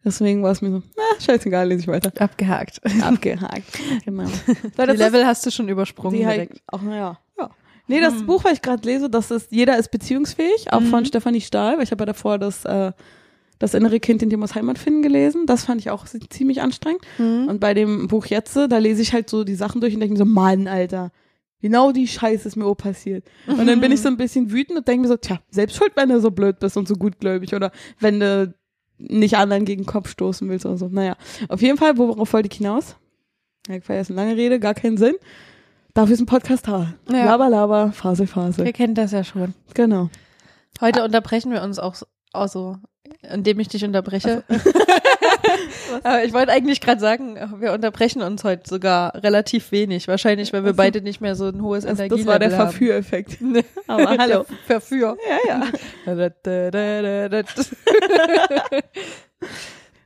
Speaker 2: Deswegen war es mir so, na, scheißegal, lese ich weiter.
Speaker 1: Abgehakt.
Speaker 2: Abgehakt. genau.
Speaker 1: Die Level hast du schon übersprungen
Speaker 2: Die halt,
Speaker 1: direkt.
Speaker 2: auch naja. Ja. Hm. Nee, das Buch, was ich gerade lese, das ist Jeder ist beziehungsfähig, auch von Stefanie Stahl, weil ich habe ja davor das, äh, das innere Kind in dir muss Heimat finden gelesen. Das fand ich auch si- ziemlich anstrengend.
Speaker 1: Hm. Mhm.
Speaker 2: Und bei dem Buch jetzt, da lese ich halt so die Sachen durch und denke mir so, Mann, Alter, genau die Scheiße ist mir auch passiert. Und dann bin ich so ein bisschen wütend und denke mir so, tja, selbst schuld, wenn du so blöd bist und so gutgläubig oder wenn du nicht anderen gegen den Kopf stoßen willst oder so. Naja, auf jeden Fall, worauf wollte ich hinaus? Ja, ich war jetzt eine lange Rede, gar keinen Sinn. Dafür ist ein Podcast da.
Speaker 1: Ja.
Speaker 2: Laber, laber, Phase, Phase.
Speaker 1: Wir kennen das ja schon.
Speaker 2: Genau.
Speaker 1: Heute unterbrechen wir uns auch, so- auch so, indem ich dich unterbreche. Aber ich wollte eigentlich gerade sagen, wir unterbrechen uns heute sogar relativ wenig. Wahrscheinlich, weil wir
Speaker 2: Ach so.
Speaker 1: beide nicht mehr so ein hohes
Speaker 2: Das,
Speaker 1: Energielevel
Speaker 2: das war der
Speaker 1: haben.
Speaker 2: Verführeffekt. Aber hallo.
Speaker 1: Verführ.
Speaker 2: Ja, ja.
Speaker 1: Hm.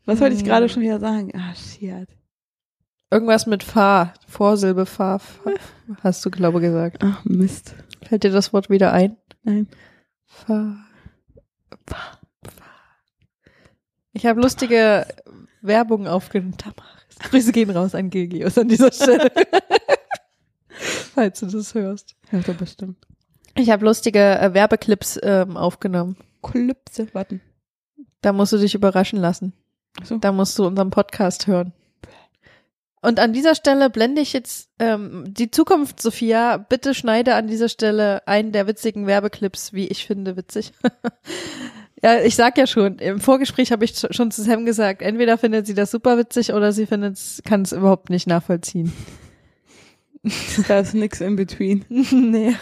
Speaker 2: Was wollte ich gerade schon wieder sagen? Ah, shit.
Speaker 1: Irgendwas mit Fahr, Vorsilbe Fahr, hast du, glaube gesagt.
Speaker 2: Ach, Mist.
Speaker 1: Fällt dir das Wort wieder ein?
Speaker 2: Nein.
Speaker 1: Fahr. Fahr. Ich habe lustige Werbung aufgenommen. Damaris. Grüße gehen raus an Gilgius an dieser Stelle. Falls du das hörst.
Speaker 2: Hört er bestimmt.
Speaker 1: Ich habe lustige äh, Werbeclips ähm, aufgenommen.
Speaker 2: Klüpse. Warten.
Speaker 1: Da musst du dich überraschen lassen.
Speaker 2: Ach so.
Speaker 1: Da musst du unseren Podcast hören. Und an dieser Stelle blende ich jetzt ähm, die Zukunft, Sophia. Bitte schneide an dieser Stelle einen der witzigen Werbeclips, wie ich finde, witzig. ja, ich sag ja schon, im Vorgespräch habe ich sch- schon zu Sam gesagt, entweder findet sie das super witzig oder sie findet kann es überhaupt nicht nachvollziehen.
Speaker 2: Da ist nix in between.
Speaker 1: nee.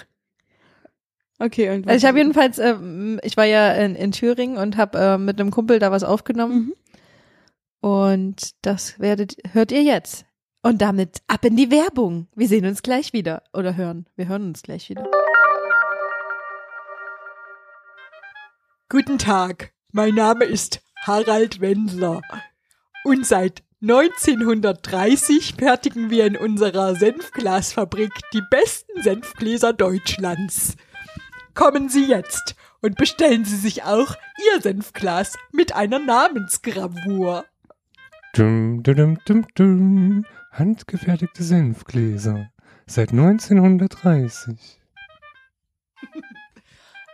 Speaker 2: Okay, und
Speaker 1: Also ich
Speaker 3: Mhm.
Speaker 1: habe jedenfalls, ähm, ich war ja in, in Thüringen und habe äh, mit einem Kumpel da was
Speaker 3: Mhm.
Speaker 1: aufgenommen. Und das werdet, hört ihr jetzt. Und damit ab in die Werbung. Wir sehen uns gleich wieder. Oder hören. Wir hören uns gleich wieder.
Speaker 4: Guten Tag, mein Name ist Harald Wendler und seit 1930 fertigen wir in unserer Senfglasfabrik die besten Senfgläser Deutschlands. Kommen Sie jetzt und bestellen Sie sich auch Ihr Senfglas mit einer Namensgravur.
Speaker 5: Dum, dum, dum, dum, dum. Handgefertigte Senfgläser. Seit 1930.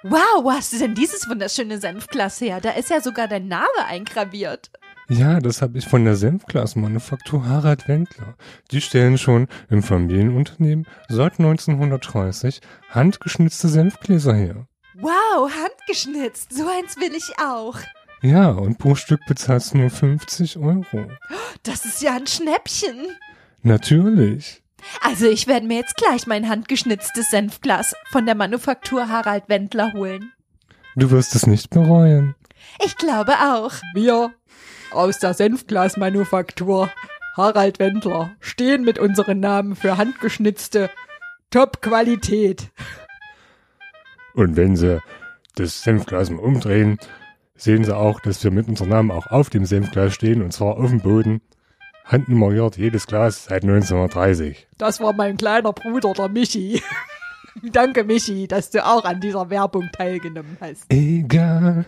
Speaker 3: Wow, wo hast du denn dieses wunderschöne Senfglas her? Da ist ja sogar dein Name eingraviert.
Speaker 5: Ja, das habe ich von der Senfglasmanufaktur Harald Wendler. Die stellen schon im Familienunternehmen seit 1930 handgeschnitzte Senfgläser her.
Speaker 3: Wow, handgeschnitzt. So eins will ich auch.
Speaker 5: Ja, und pro Stück bezahlst du nur 50 Euro.
Speaker 3: Das ist ja ein Schnäppchen.
Speaker 5: Natürlich.
Speaker 3: Also ich werde mir jetzt gleich mein handgeschnitztes Senfglas von der Manufaktur Harald Wendler holen.
Speaker 5: Du wirst es nicht bereuen.
Speaker 3: Ich glaube auch.
Speaker 4: Wir aus der Senfglasmanufaktur Harald Wendler stehen mit unseren Namen für handgeschnitzte Top-Qualität.
Speaker 5: Und wenn sie das Senfglas mal umdrehen, sehen sie auch, dass wir mit unserem Namen auch auf dem Senfglas stehen und zwar auf dem Boden. Handnummeriert jedes Glas seit 1930.
Speaker 4: Das war mein kleiner Bruder, der Michi. Danke, Michi, dass du auch an dieser Werbung teilgenommen hast.
Speaker 5: Egal.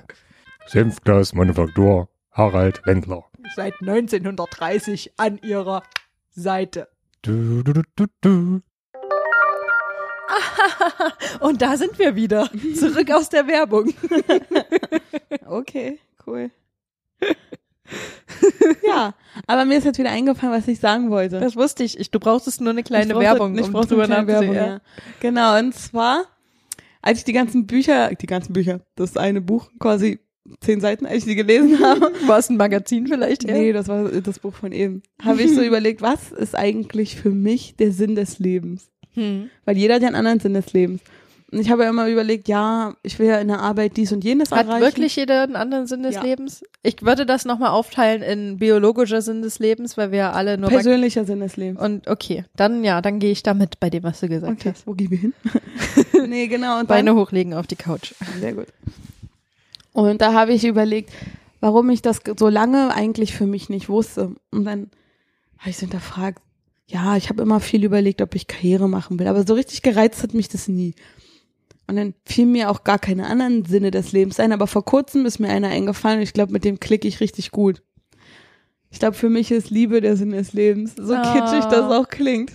Speaker 5: Senfglas Manufaktur Harald Wendler.
Speaker 4: Seit 1930 an ihrer Seite.
Speaker 5: Du, du, du, du, du.
Speaker 1: Und da sind wir wieder. Zurück aus der Werbung.
Speaker 2: Okay, cool. ja, aber mir ist jetzt wieder eingefallen, was ich sagen wollte.
Speaker 1: Das wusste ich. ich du brauchstest nur eine kleine
Speaker 2: Ich brauchte-
Speaker 1: Werbung.
Speaker 2: Ich
Speaker 1: um
Speaker 2: brauchte
Speaker 1: drüber
Speaker 2: eine kleine Werbung,
Speaker 1: nachzusehen.
Speaker 2: ja. Genau, und zwar, als ich die ganzen Bücher, die ganzen Bücher, das eine Buch, quasi zehn Seiten, als ich die gelesen habe.
Speaker 1: War es ein Magazin vielleicht? eher?
Speaker 2: Nee, das war das Buch von eben. Habe ich so überlegt, was ist eigentlich für mich der Sinn des Lebens?
Speaker 1: Hm.
Speaker 2: Weil jeder hat ja einen anderen Sinn des Lebens. Und ich habe ja immer überlegt, ja, ich will ja in der Arbeit dies und jenes
Speaker 1: Hat
Speaker 2: erreichen.
Speaker 1: wirklich jeder einen anderen Sinn des
Speaker 2: Ja.
Speaker 1: Lebens? Ich würde das nochmal aufteilen in biologischer Sinn des Lebens, weil wir alle nur bei
Speaker 2: persönlicher Sinn des Lebens.
Speaker 1: und okay, dann ja, dann gehe ich damit bei dem, was du gesagt
Speaker 2: Okay,
Speaker 1: hast.
Speaker 2: wo gehen wir hin? nee, genau. Und dann,
Speaker 1: Beine hochlegen auf die Couch.
Speaker 2: Sehr gut. Und da habe ich überlegt, warum ich das so lange eigentlich für mich nicht wusste. Und dann habe ich so hinterfragt, ja, ich habe immer viel überlegt, ob ich Karriere machen will, aber so richtig gereizt hat mich das nie. Und dann fiel mir auch gar keine anderen Sinne des Lebens ein, aber vor kurzem ist mir einer eingefallen und ich glaube, mit dem klicke ich richtig gut. Ich glaube, für mich ist Liebe der Sinn des Lebens, so
Speaker 1: Ah.
Speaker 2: kitschig das auch klingt.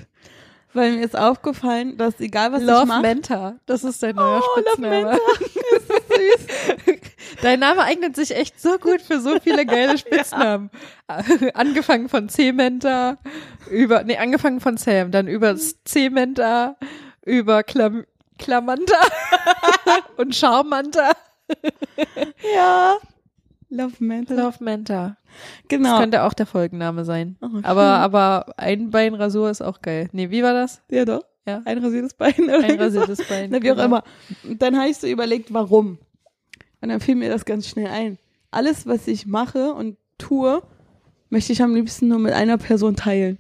Speaker 2: Weil mir ist aufgefallen, dass egal was
Speaker 1: Love
Speaker 2: ich mache,
Speaker 1: Menta, das ist dein neuer
Speaker 2: Oh, Love
Speaker 1: Spitzname. Dein Name eignet sich echt so gut für so viele geile Spitznamen. Äh, angefangen von Cementa, über, nee, angefangen von Sam, dann über Cementa, über Klam Klamanta und Charmanta.
Speaker 2: Ja. Love Metal.
Speaker 1: Love Menta. Das
Speaker 2: Genau.
Speaker 1: könnte auch der Folgenname sein.
Speaker 2: Oh,
Speaker 1: aber,
Speaker 2: schön.
Speaker 1: aber Einbeinrasur ist auch geil. Nee, wie war das?
Speaker 2: Ja, doch.
Speaker 1: Ja.
Speaker 2: Ein rasiertes Bein. Oder
Speaker 1: Ein rasiertes Bein. genau.
Speaker 2: Na, wie auch immer. Und dann habe ich so überlegt, warum. Und dann fiel mir das ganz schnell ein. Alles, was ich mache und tue, möchte ich am liebsten nur mit einer Person teilen.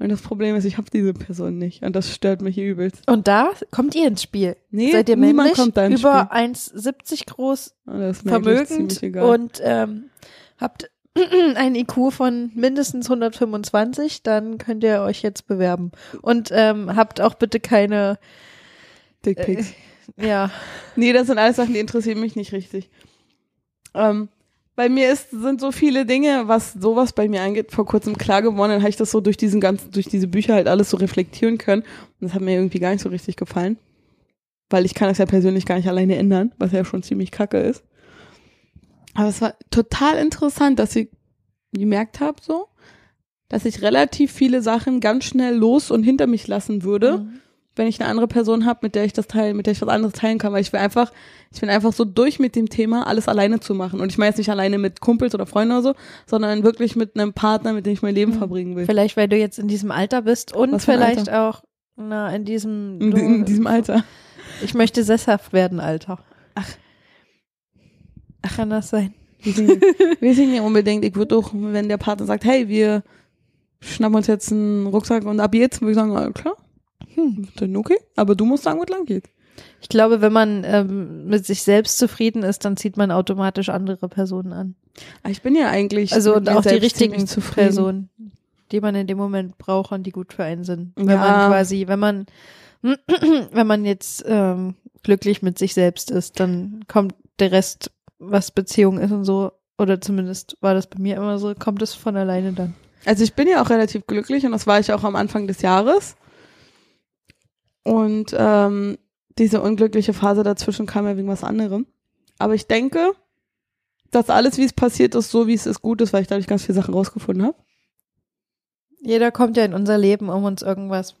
Speaker 2: Und das Problem ist, ich habe diese Person nicht. Und das stört mich übelst.
Speaker 1: Und da kommt ihr ins Spiel.
Speaker 2: Nee,
Speaker 1: Seid ihr
Speaker 2: niemand
Speaker 1: männlich,
Speaker 2: kommt da ins
Speaker 1: über
Speaker 2: Spiel.
Speaker 1: 1,70 groß,
Speaker 2: Und das ist mir eigentlich
Speaker 1: vermögend
Speaker 2: ziemlich egal.
Speaker 1: und ähm, habt einen IQ von mindestens 125, dann könnt ihr euch jetzt bewerben. Und ähm, habt auch bitte keine, äh,
Speaker 2: Dickpics.
Speaker 1: ja,
Speaker 2: Nee, das sind alles Sachen, die interessieren mich nicht richtig. Ähm, bei mir ist, sind so viele Dinge, was sowas bei mir angeht, vor kurzem klar geworden. Dann habe ich das so durch diesen ganzen, durch diese Bücher halt alles so reflektieren können. Und das hat mir irgendwie gar nicht so richtig gefallen. Weil ich kann das ja persönlich gar nicht alleine ändern, was ja schon ziemlich kacke ist. Aber es war total interessant, dass ich gemerkt habe so, dass ich relativ viele Sachen ganz schnell los und hinter mich lassen würde wenn ich eine andere Person habe, mit der ich das teilen, mit der ich was anderes teilen kann, weil ich will einfach, ich bin einfach so durch mit dem Thema, alles alleine zu machen. Und ich meine jetzt nicht alleine mit Kumpels oder Freunden oder so, sondern wirklich mit einem Partner, mit dem ich mein Leben verbringen will.
Speaker 1: Hm? vielleicht weil du jetzt in diesem Alter bist und
Speaker 2: Was für ein
Speaker 1: vielleicht auch, na, in diesem,
Speaker 2: In,
Speaker 1: du-
Speaker 2: in diesem Alter.
Speaker 1: ich möchte sesshaft werden, Alter.
Speaker 2: Ach.
Speaker 1: Ach, kann das sein?
Speaker 2: Wir sind, wir sind ja unbedingt, ich würde doch, wenn der Partner sagt, hey, wir schnappen uns jetzt einen Rucksack und ab jetzt, würde ich sagen, ah, klar, hm. dann okay. Aber du musst sagen, wo es lang geht.
Speaker 1: Ich glaube, wenn man ähm, mit sich selbst zufrieden ist, dann zieht man automatisch andere Personen an.
Speaker 2: Aber Ah, Ich bin ja eigentlich
Speaker 1: Also
Speaker 2: mit
Speaker 1: und
Speaker 2: mir
Speaker 1: auch die
Speaker 2: selbst
Speaker 1: richtigen
Speaker 2: ziemlich zufrieden.
Speaker 1: Personen, die man in dem Moment braucht und die gut für einen sind. Wenn
Speaker 2: Ja.
Speaker 1: man quasi, wenn man, wenn man jetzt ähm, glücklich mit sich selbst ist, dann kommt der Rest, was Beziehung ist und so, oder zumindest war das bei mir immer so, kommt es von alleine dann.
Speaker 2: Also ich bin ja auch relativ glücklich und das war ich auch am Anfang des Jahres. Und ähm, diese unglückliche Phase dazwischen kam ja wegen was anderem. Aber ich denke, dass alles, wie es passiert ist, so wie es ist, gut ist, weil ich dadurch ganz viele Sachen rausgefunden habe.
Speaker 1: Jeder kommt ja in unser Leben, um uns irgendwas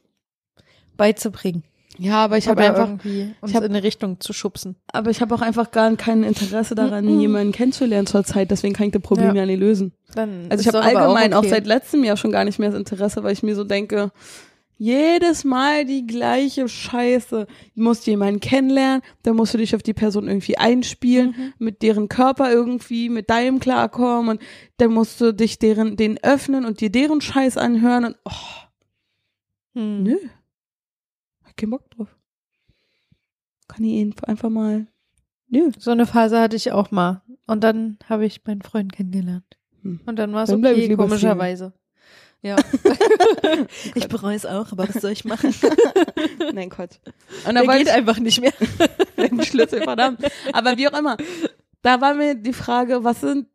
Speaker 1: beizubringen.
Speaker 2: Ja, aber ich habe
Speaker 1: Oder
Speaker 2: einfach,
Speaker 1: irgendwie uns
Speaker 2: ich hab-
Speaker 1: in eine Richtung zu schubsen.
Speaker 2: aber ich habe auch einfach gar kein Interesse daran, jemanden kennenzulernen zur Zeit. Deswegen kann ich das Problem
Speaker 1: Ja.
Speaker 2: ja, nicht lösen.
Speaker 1: Dann
Speaker 2: Also
Speaker 1: ist
Speaker 2: ich habe
Speaker 1: doch aber
Speaker 2: allgemein auch,
Speaker 1: okay.
Speaker 2: seit letztem Jahr schon gar nicht mehr das Interesse, weil ich mir so denke, jedes Mal die gleiche Scheiße. Du musst jemanden kennenlernen, dann musst du dich auf die Person irgendwie einspielen,
Speaker 1: Mhm.
Speaker 2: mit deren Körper irgendwie, mit deinem klarkommen und dann musst du dich deren, den öffnen und dir deren Scheiß anhören und oh,
Speaker 1: Hm.
Speaker 2: nö. Hab keinen Bock drauf. Kann ich ihn einfach mal. Nö.
Speaker 1: So eine Phase hatte ich auch mal. Und dann habe ich meinen Freund kennengelernt.
Speaker 2: Hm.
Speaker 1: Und dann war es
Speaker 2: Dann bleib ich
Speaker 1: okay,
Speaker 2: lieber
Speaker 1: komischerweise. Ja. ich bereue es auch, aber was soll ich machen?
Speaker 2: Nein, Gott. Und
Speaker 1: Der
Speaker 2: da wollte
Speaker 1: geht
Speaker 2: ich
Speaker 1: einfach nicht mehr.
Speaker 2: den Schlüssel, verdammt. Aber wie auch immer. Da war mir die Frage, was sind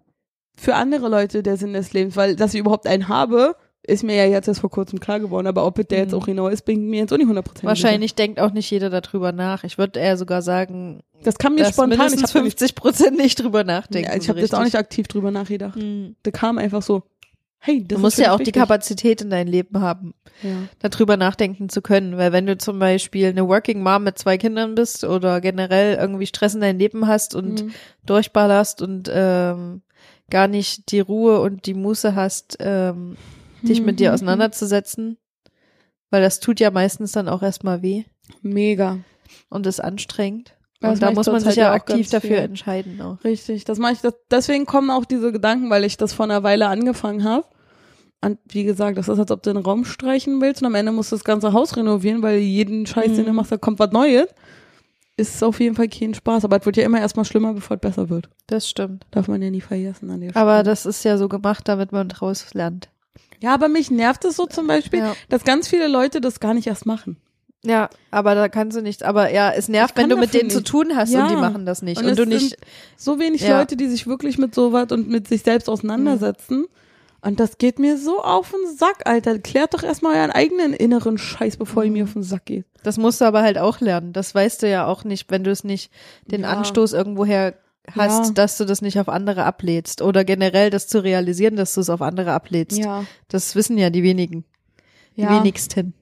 Speaker 2: für andere Leute der Sinn des Lebens? Weil, dass ich überhaupt einen habe, ist mir ja jetzt erst vor kurzem klar geworden. Aber ob es der jetzt
Speaker 1: Mhm.
Speaker 2: auch genau ist, bin ich mir jetzt auch nicht 100%
Speaker 1: Wahrscheinlich denkt auch nicht jeder darüber nach. Ich würde eher sogar sagen,
Speaker 2: Sicher. Das kam mir
Speaker 1: dass
Speaker 2: spontan. Ich
Speaker 1: mindestens
Speaker 2: habe nicht,
Speaker 1: 50 Prozent nicht drüber nachdenken.
Speaker 2: ich
Speaker 1: so
Speaker 2: hab jetzt auch nicht
Speaker 1: richtig.
Speaker 2: aktiv drüber nachgedacht.
Speaker 1: Hm.
Speaker 2: Da kam einfach so, hey, das
Speaker 1: Du
Speaker 2: ist
Speaker 1: musst
Speaker 2: für
Speaker 1: ja
Speaker 2: dich
Speaker 1: auch die
Speaker 2: wichtig.
Speaker 1: Kapazität in deinem Leben haben,
Speaker 2: Ja.
Speaker 1: darüber nachdenken zu können. Weil wenn du zum Beispiel eine Working Mom mit zwei Kindern bist oder generell irgendwie Stress in deinem Leben hast und
Speaker 2: Mhm.
Speaker 1: durchballerst und ähm, gar nicht die Ruhe und die Muße hast, ähm, dich mit
Speaker 2: Mhm.
Speaker 1: dir auseinanderzusetzen. Weil das tut ja meistens dann auch erstmal weh
Speaker 2: Mega.
Speaker 1: und ist anstrengend.
Speaker 2: Ja, das
Speaker 1: und da
Speaker 2: mach ich
Speaker 1: muss man sich
Speaker 2: zurzeit
Speaker 1: halt ja
Speaker 2: ja auch
Speaker 1: aktiv
Speaker 2: ganz
Speaker 1: dafür
Speaker 2: viel.
Speaker 1: entscheiden auch.
Speaker 2: Richtig, das mache ich. Das, deswegen kommen auch diese Gedanken, weil ich das vor einer Weile angefangen habe. Und wie gesagt, das ist, als ob du einen Raum streichen willst und am Ende musst du das ganze Haus renovieren, weil jeden Scheiß, den du
Speaker 1: Mhm.
Speaker 2: machst, da kommt was Neues. Ist auf jeden Fall kein Spaß, aber es wird ja immer erstmal schlimmer, bevor es besser wird.
Speaker 1: Das stimmt.
Speaker 2: Darf man ja nie vergessen an der
Speaker 1: Aber
Speaker 2: Stelle.
Speaker 1: das ist ja so gemacht, damit man draus lernt.
Speaker 2: Ja, aber mich nervt es so zum Beispiel,
Speaker 1: Ja.
Speaker 2: dass ganz viele Leute das gar nicht erst machen.
Speaker 1: Ja, aber da kannst du nichts. Aber ja, es nervt,
Speaker 2: Ich
Speaker 1: wenn
Speaker 2: kann
Speaker 1: du mit
Speaker 2: dafür
Speaker 1: denen zu
Speaker 2: nicht.
Speaker 1: tun hast und die
Speaker 2: Ja.
Speaker 1: machen das nicht. Und,
Speaker 2: Und es
Speaker 1: du nicht.
Speaker 2: sind- So wenig
Speaker 1: Ja.
Speaker 2: Leute, die sich wirklich mit sowas und mit sich selbst auseinandersetzen.
Speaker 1: Mhm.
Speaker 2: Und das geht mir so auf den Sack, Alter. Klärt doch erstmal euren eigenen inneren Scheiß, bevor ihr
Speaker 1: Mhm.
Speaker 2: mir auf den Sack geht.
Speaker 1: Das musst du aber halt auch lernen. Das weißt du ja auch nicht, wenn du es nicht den
Speaker 2: Ja.
Speaker 1: Anstoß irgendwoher hast,
Speaker 2: Ja.
Speaker 1: dass du das nicht auf andere ablädst. Oder generell das zu realisieren, dass du es auf andere ablädst. Das wissen ja die wenigen.
Speaker 2: ja.
Speaker 1: Die wenigsten.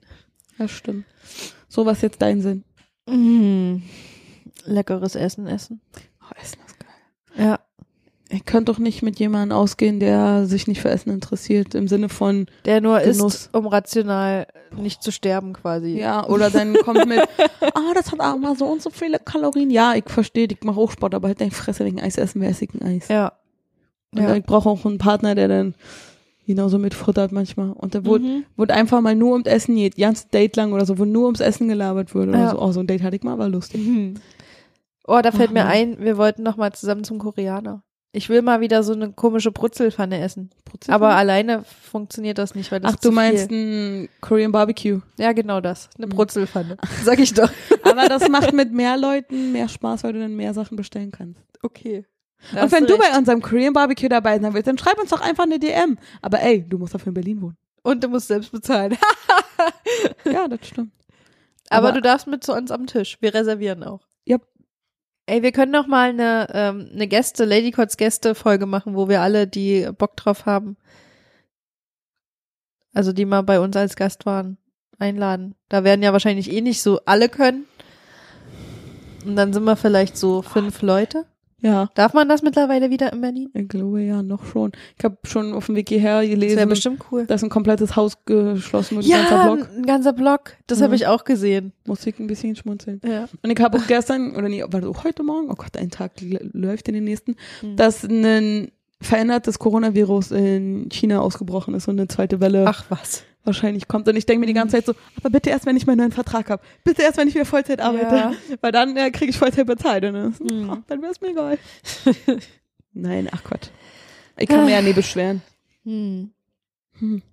Speaker 2: Ja, stimmt. So was jetzt dein Sinn.
Speaker 1: Mm. Leckeres Essen essen.
Speaker 2: Oh, Mhm. Essen ist geil.
Speaker 1: Ja.
Speaker 2: Ihr könnt doch nicht mit jemandem ausgehen, der sich nicht für Essen interessiert, im Sinne von,
Speaker 1: Der nur
Speaker 2: Genuss.
Speaker 1: ist, um rational nicht zu sterben quasi.
Speaker 2: ja, oder dann kommt mit, ah, das hat auch mal so und so viele Kalorien. Ja, ich verstehe, ich mache auch Sport, aber halt dein Fresse wegen Eis essen, wer esse ich ein Eis?
Speaker 1: Ja.
Speaker 2: Und
Speaker 1: Ja.
Speaker 2: ich brauche auch einen Partner, der dann genauso mitfuttert manchmal. Und da wurde,
Speaker 1: Mhm.
Speaker 2: wurde einfach mal nur ums Essen geht, ganz Date lang oder so, wo nur ums Essen gelabert wurde.
Speaker 1: Ja. Mhm.
Speaker 2: Oder so. Oh, so ein Date hatte ich mal, war lustig.
Speaker 1: Oh, da fällt
Speaker 2: Ach,
Speaker 1: mir
Speaker 2: Mann.
Speaker 1: ein, wir wollten noch mal zusammen zum Koreaner. Ich will mal wieder so eine komische Brutzelpfanne essen. Aber alleine funktioniert das nicht, weil das
Speaker 2: Ach,
Speaker 1: zu
Speaker 2: du meinst
Speaker 1: Viel.
Speaker 2: ein Korean Barbecue.
Speaker 1: Ja, genau das. Eine
Speaker 2: Mhm.
Speaker 1: Brutzelpfanne. ne? Sag ich doch.
Speaker 2: Aber das macht mit mehr Leuten mehr Spaß, weil du dann mehr Sachen bestellen kannst.
Speaker 1: Okay.
Speaker 2: Und wenn du bei unserem Korean Barbecue dabei sein willst, dann schreib uns doch einfach eine DM. Aber ey, du musst dafür in Berlin wohnen.
Speaker 1: Und du musst selbst bezahlen.
Speaker 2: Ja, das stimmt.
Speaker 1: Aber,
Speaker 2: Aber-
Speaker 1: du darfst mit zu uns am Tisch. Wir reservieren auch.
Speaker 2: Ja.
Speaker 1: Ey, wir können noch mal eine, ähm, eine Gäste, Ladycots Gäste-Folge machen, wo wir alle, die Bock drauf haben, also die mal bei uns als Gast waren, einladen. Da werden ja wahrscheinlich eh nicht so alle können. Und dann sind wir vielleicht so
Speaker 2: Ah.
Speaker 1: fünf Leute.
Speaker 2: Ja,
Speaker 1: Darf man das mittlerweile wieder in Berlin?
Speaker 2: ich glaube ja, noch schon. Ich habe schon auf dem Weg hierher
Speaker 1: Das wäre
Speaker 2: gelesen,
Speaker 1: bestimmt cool.
Speaker 2: dass ein komplettes Haus geschlossen wird, ein
Speaker 1: Ja,
Speaker 2: ganzer Block.
Speaker 1: ein- ein ganzer Block. Das
Speaker 2: Mhm.
Speaker 1: habe ich auch gesehen.
Speaker 2: Muss ich ein bisschen schmunzeln.
Speaker 1: Ja.
Speaker 2: Und ich habe auch gestern, oder nee, war das auch heute Morgen? Oh Gott, ein Tag l- läuft in den nächsten,
Speaker 1: Hm.
Speaker 2: dass ein verändertes Coronavirus in China ausgebrochen ist und eine zweite Welle
Speaker 1: Ach was.
Speaker 2: wahrscheinlich kommt. Und ich denke mir die ganze Zeit so, aber bitte erst, wenn ich meinen neuen Vertrag habe. Bitte erst, wenn ich wieder Vollzeit arbeite.
Speaker 1: Ja.
Speaker 2: Weil dann äh, kriege ich Vollzeit bezahlt. Und dann,
Speaker 1: Hm.
Speaker 2: oh, dann wäre es mir egal. Nein, ach Gott. Ich kann mir ja nie beschweren.
Speaker 1: Hm.
Speaker 2: Hm.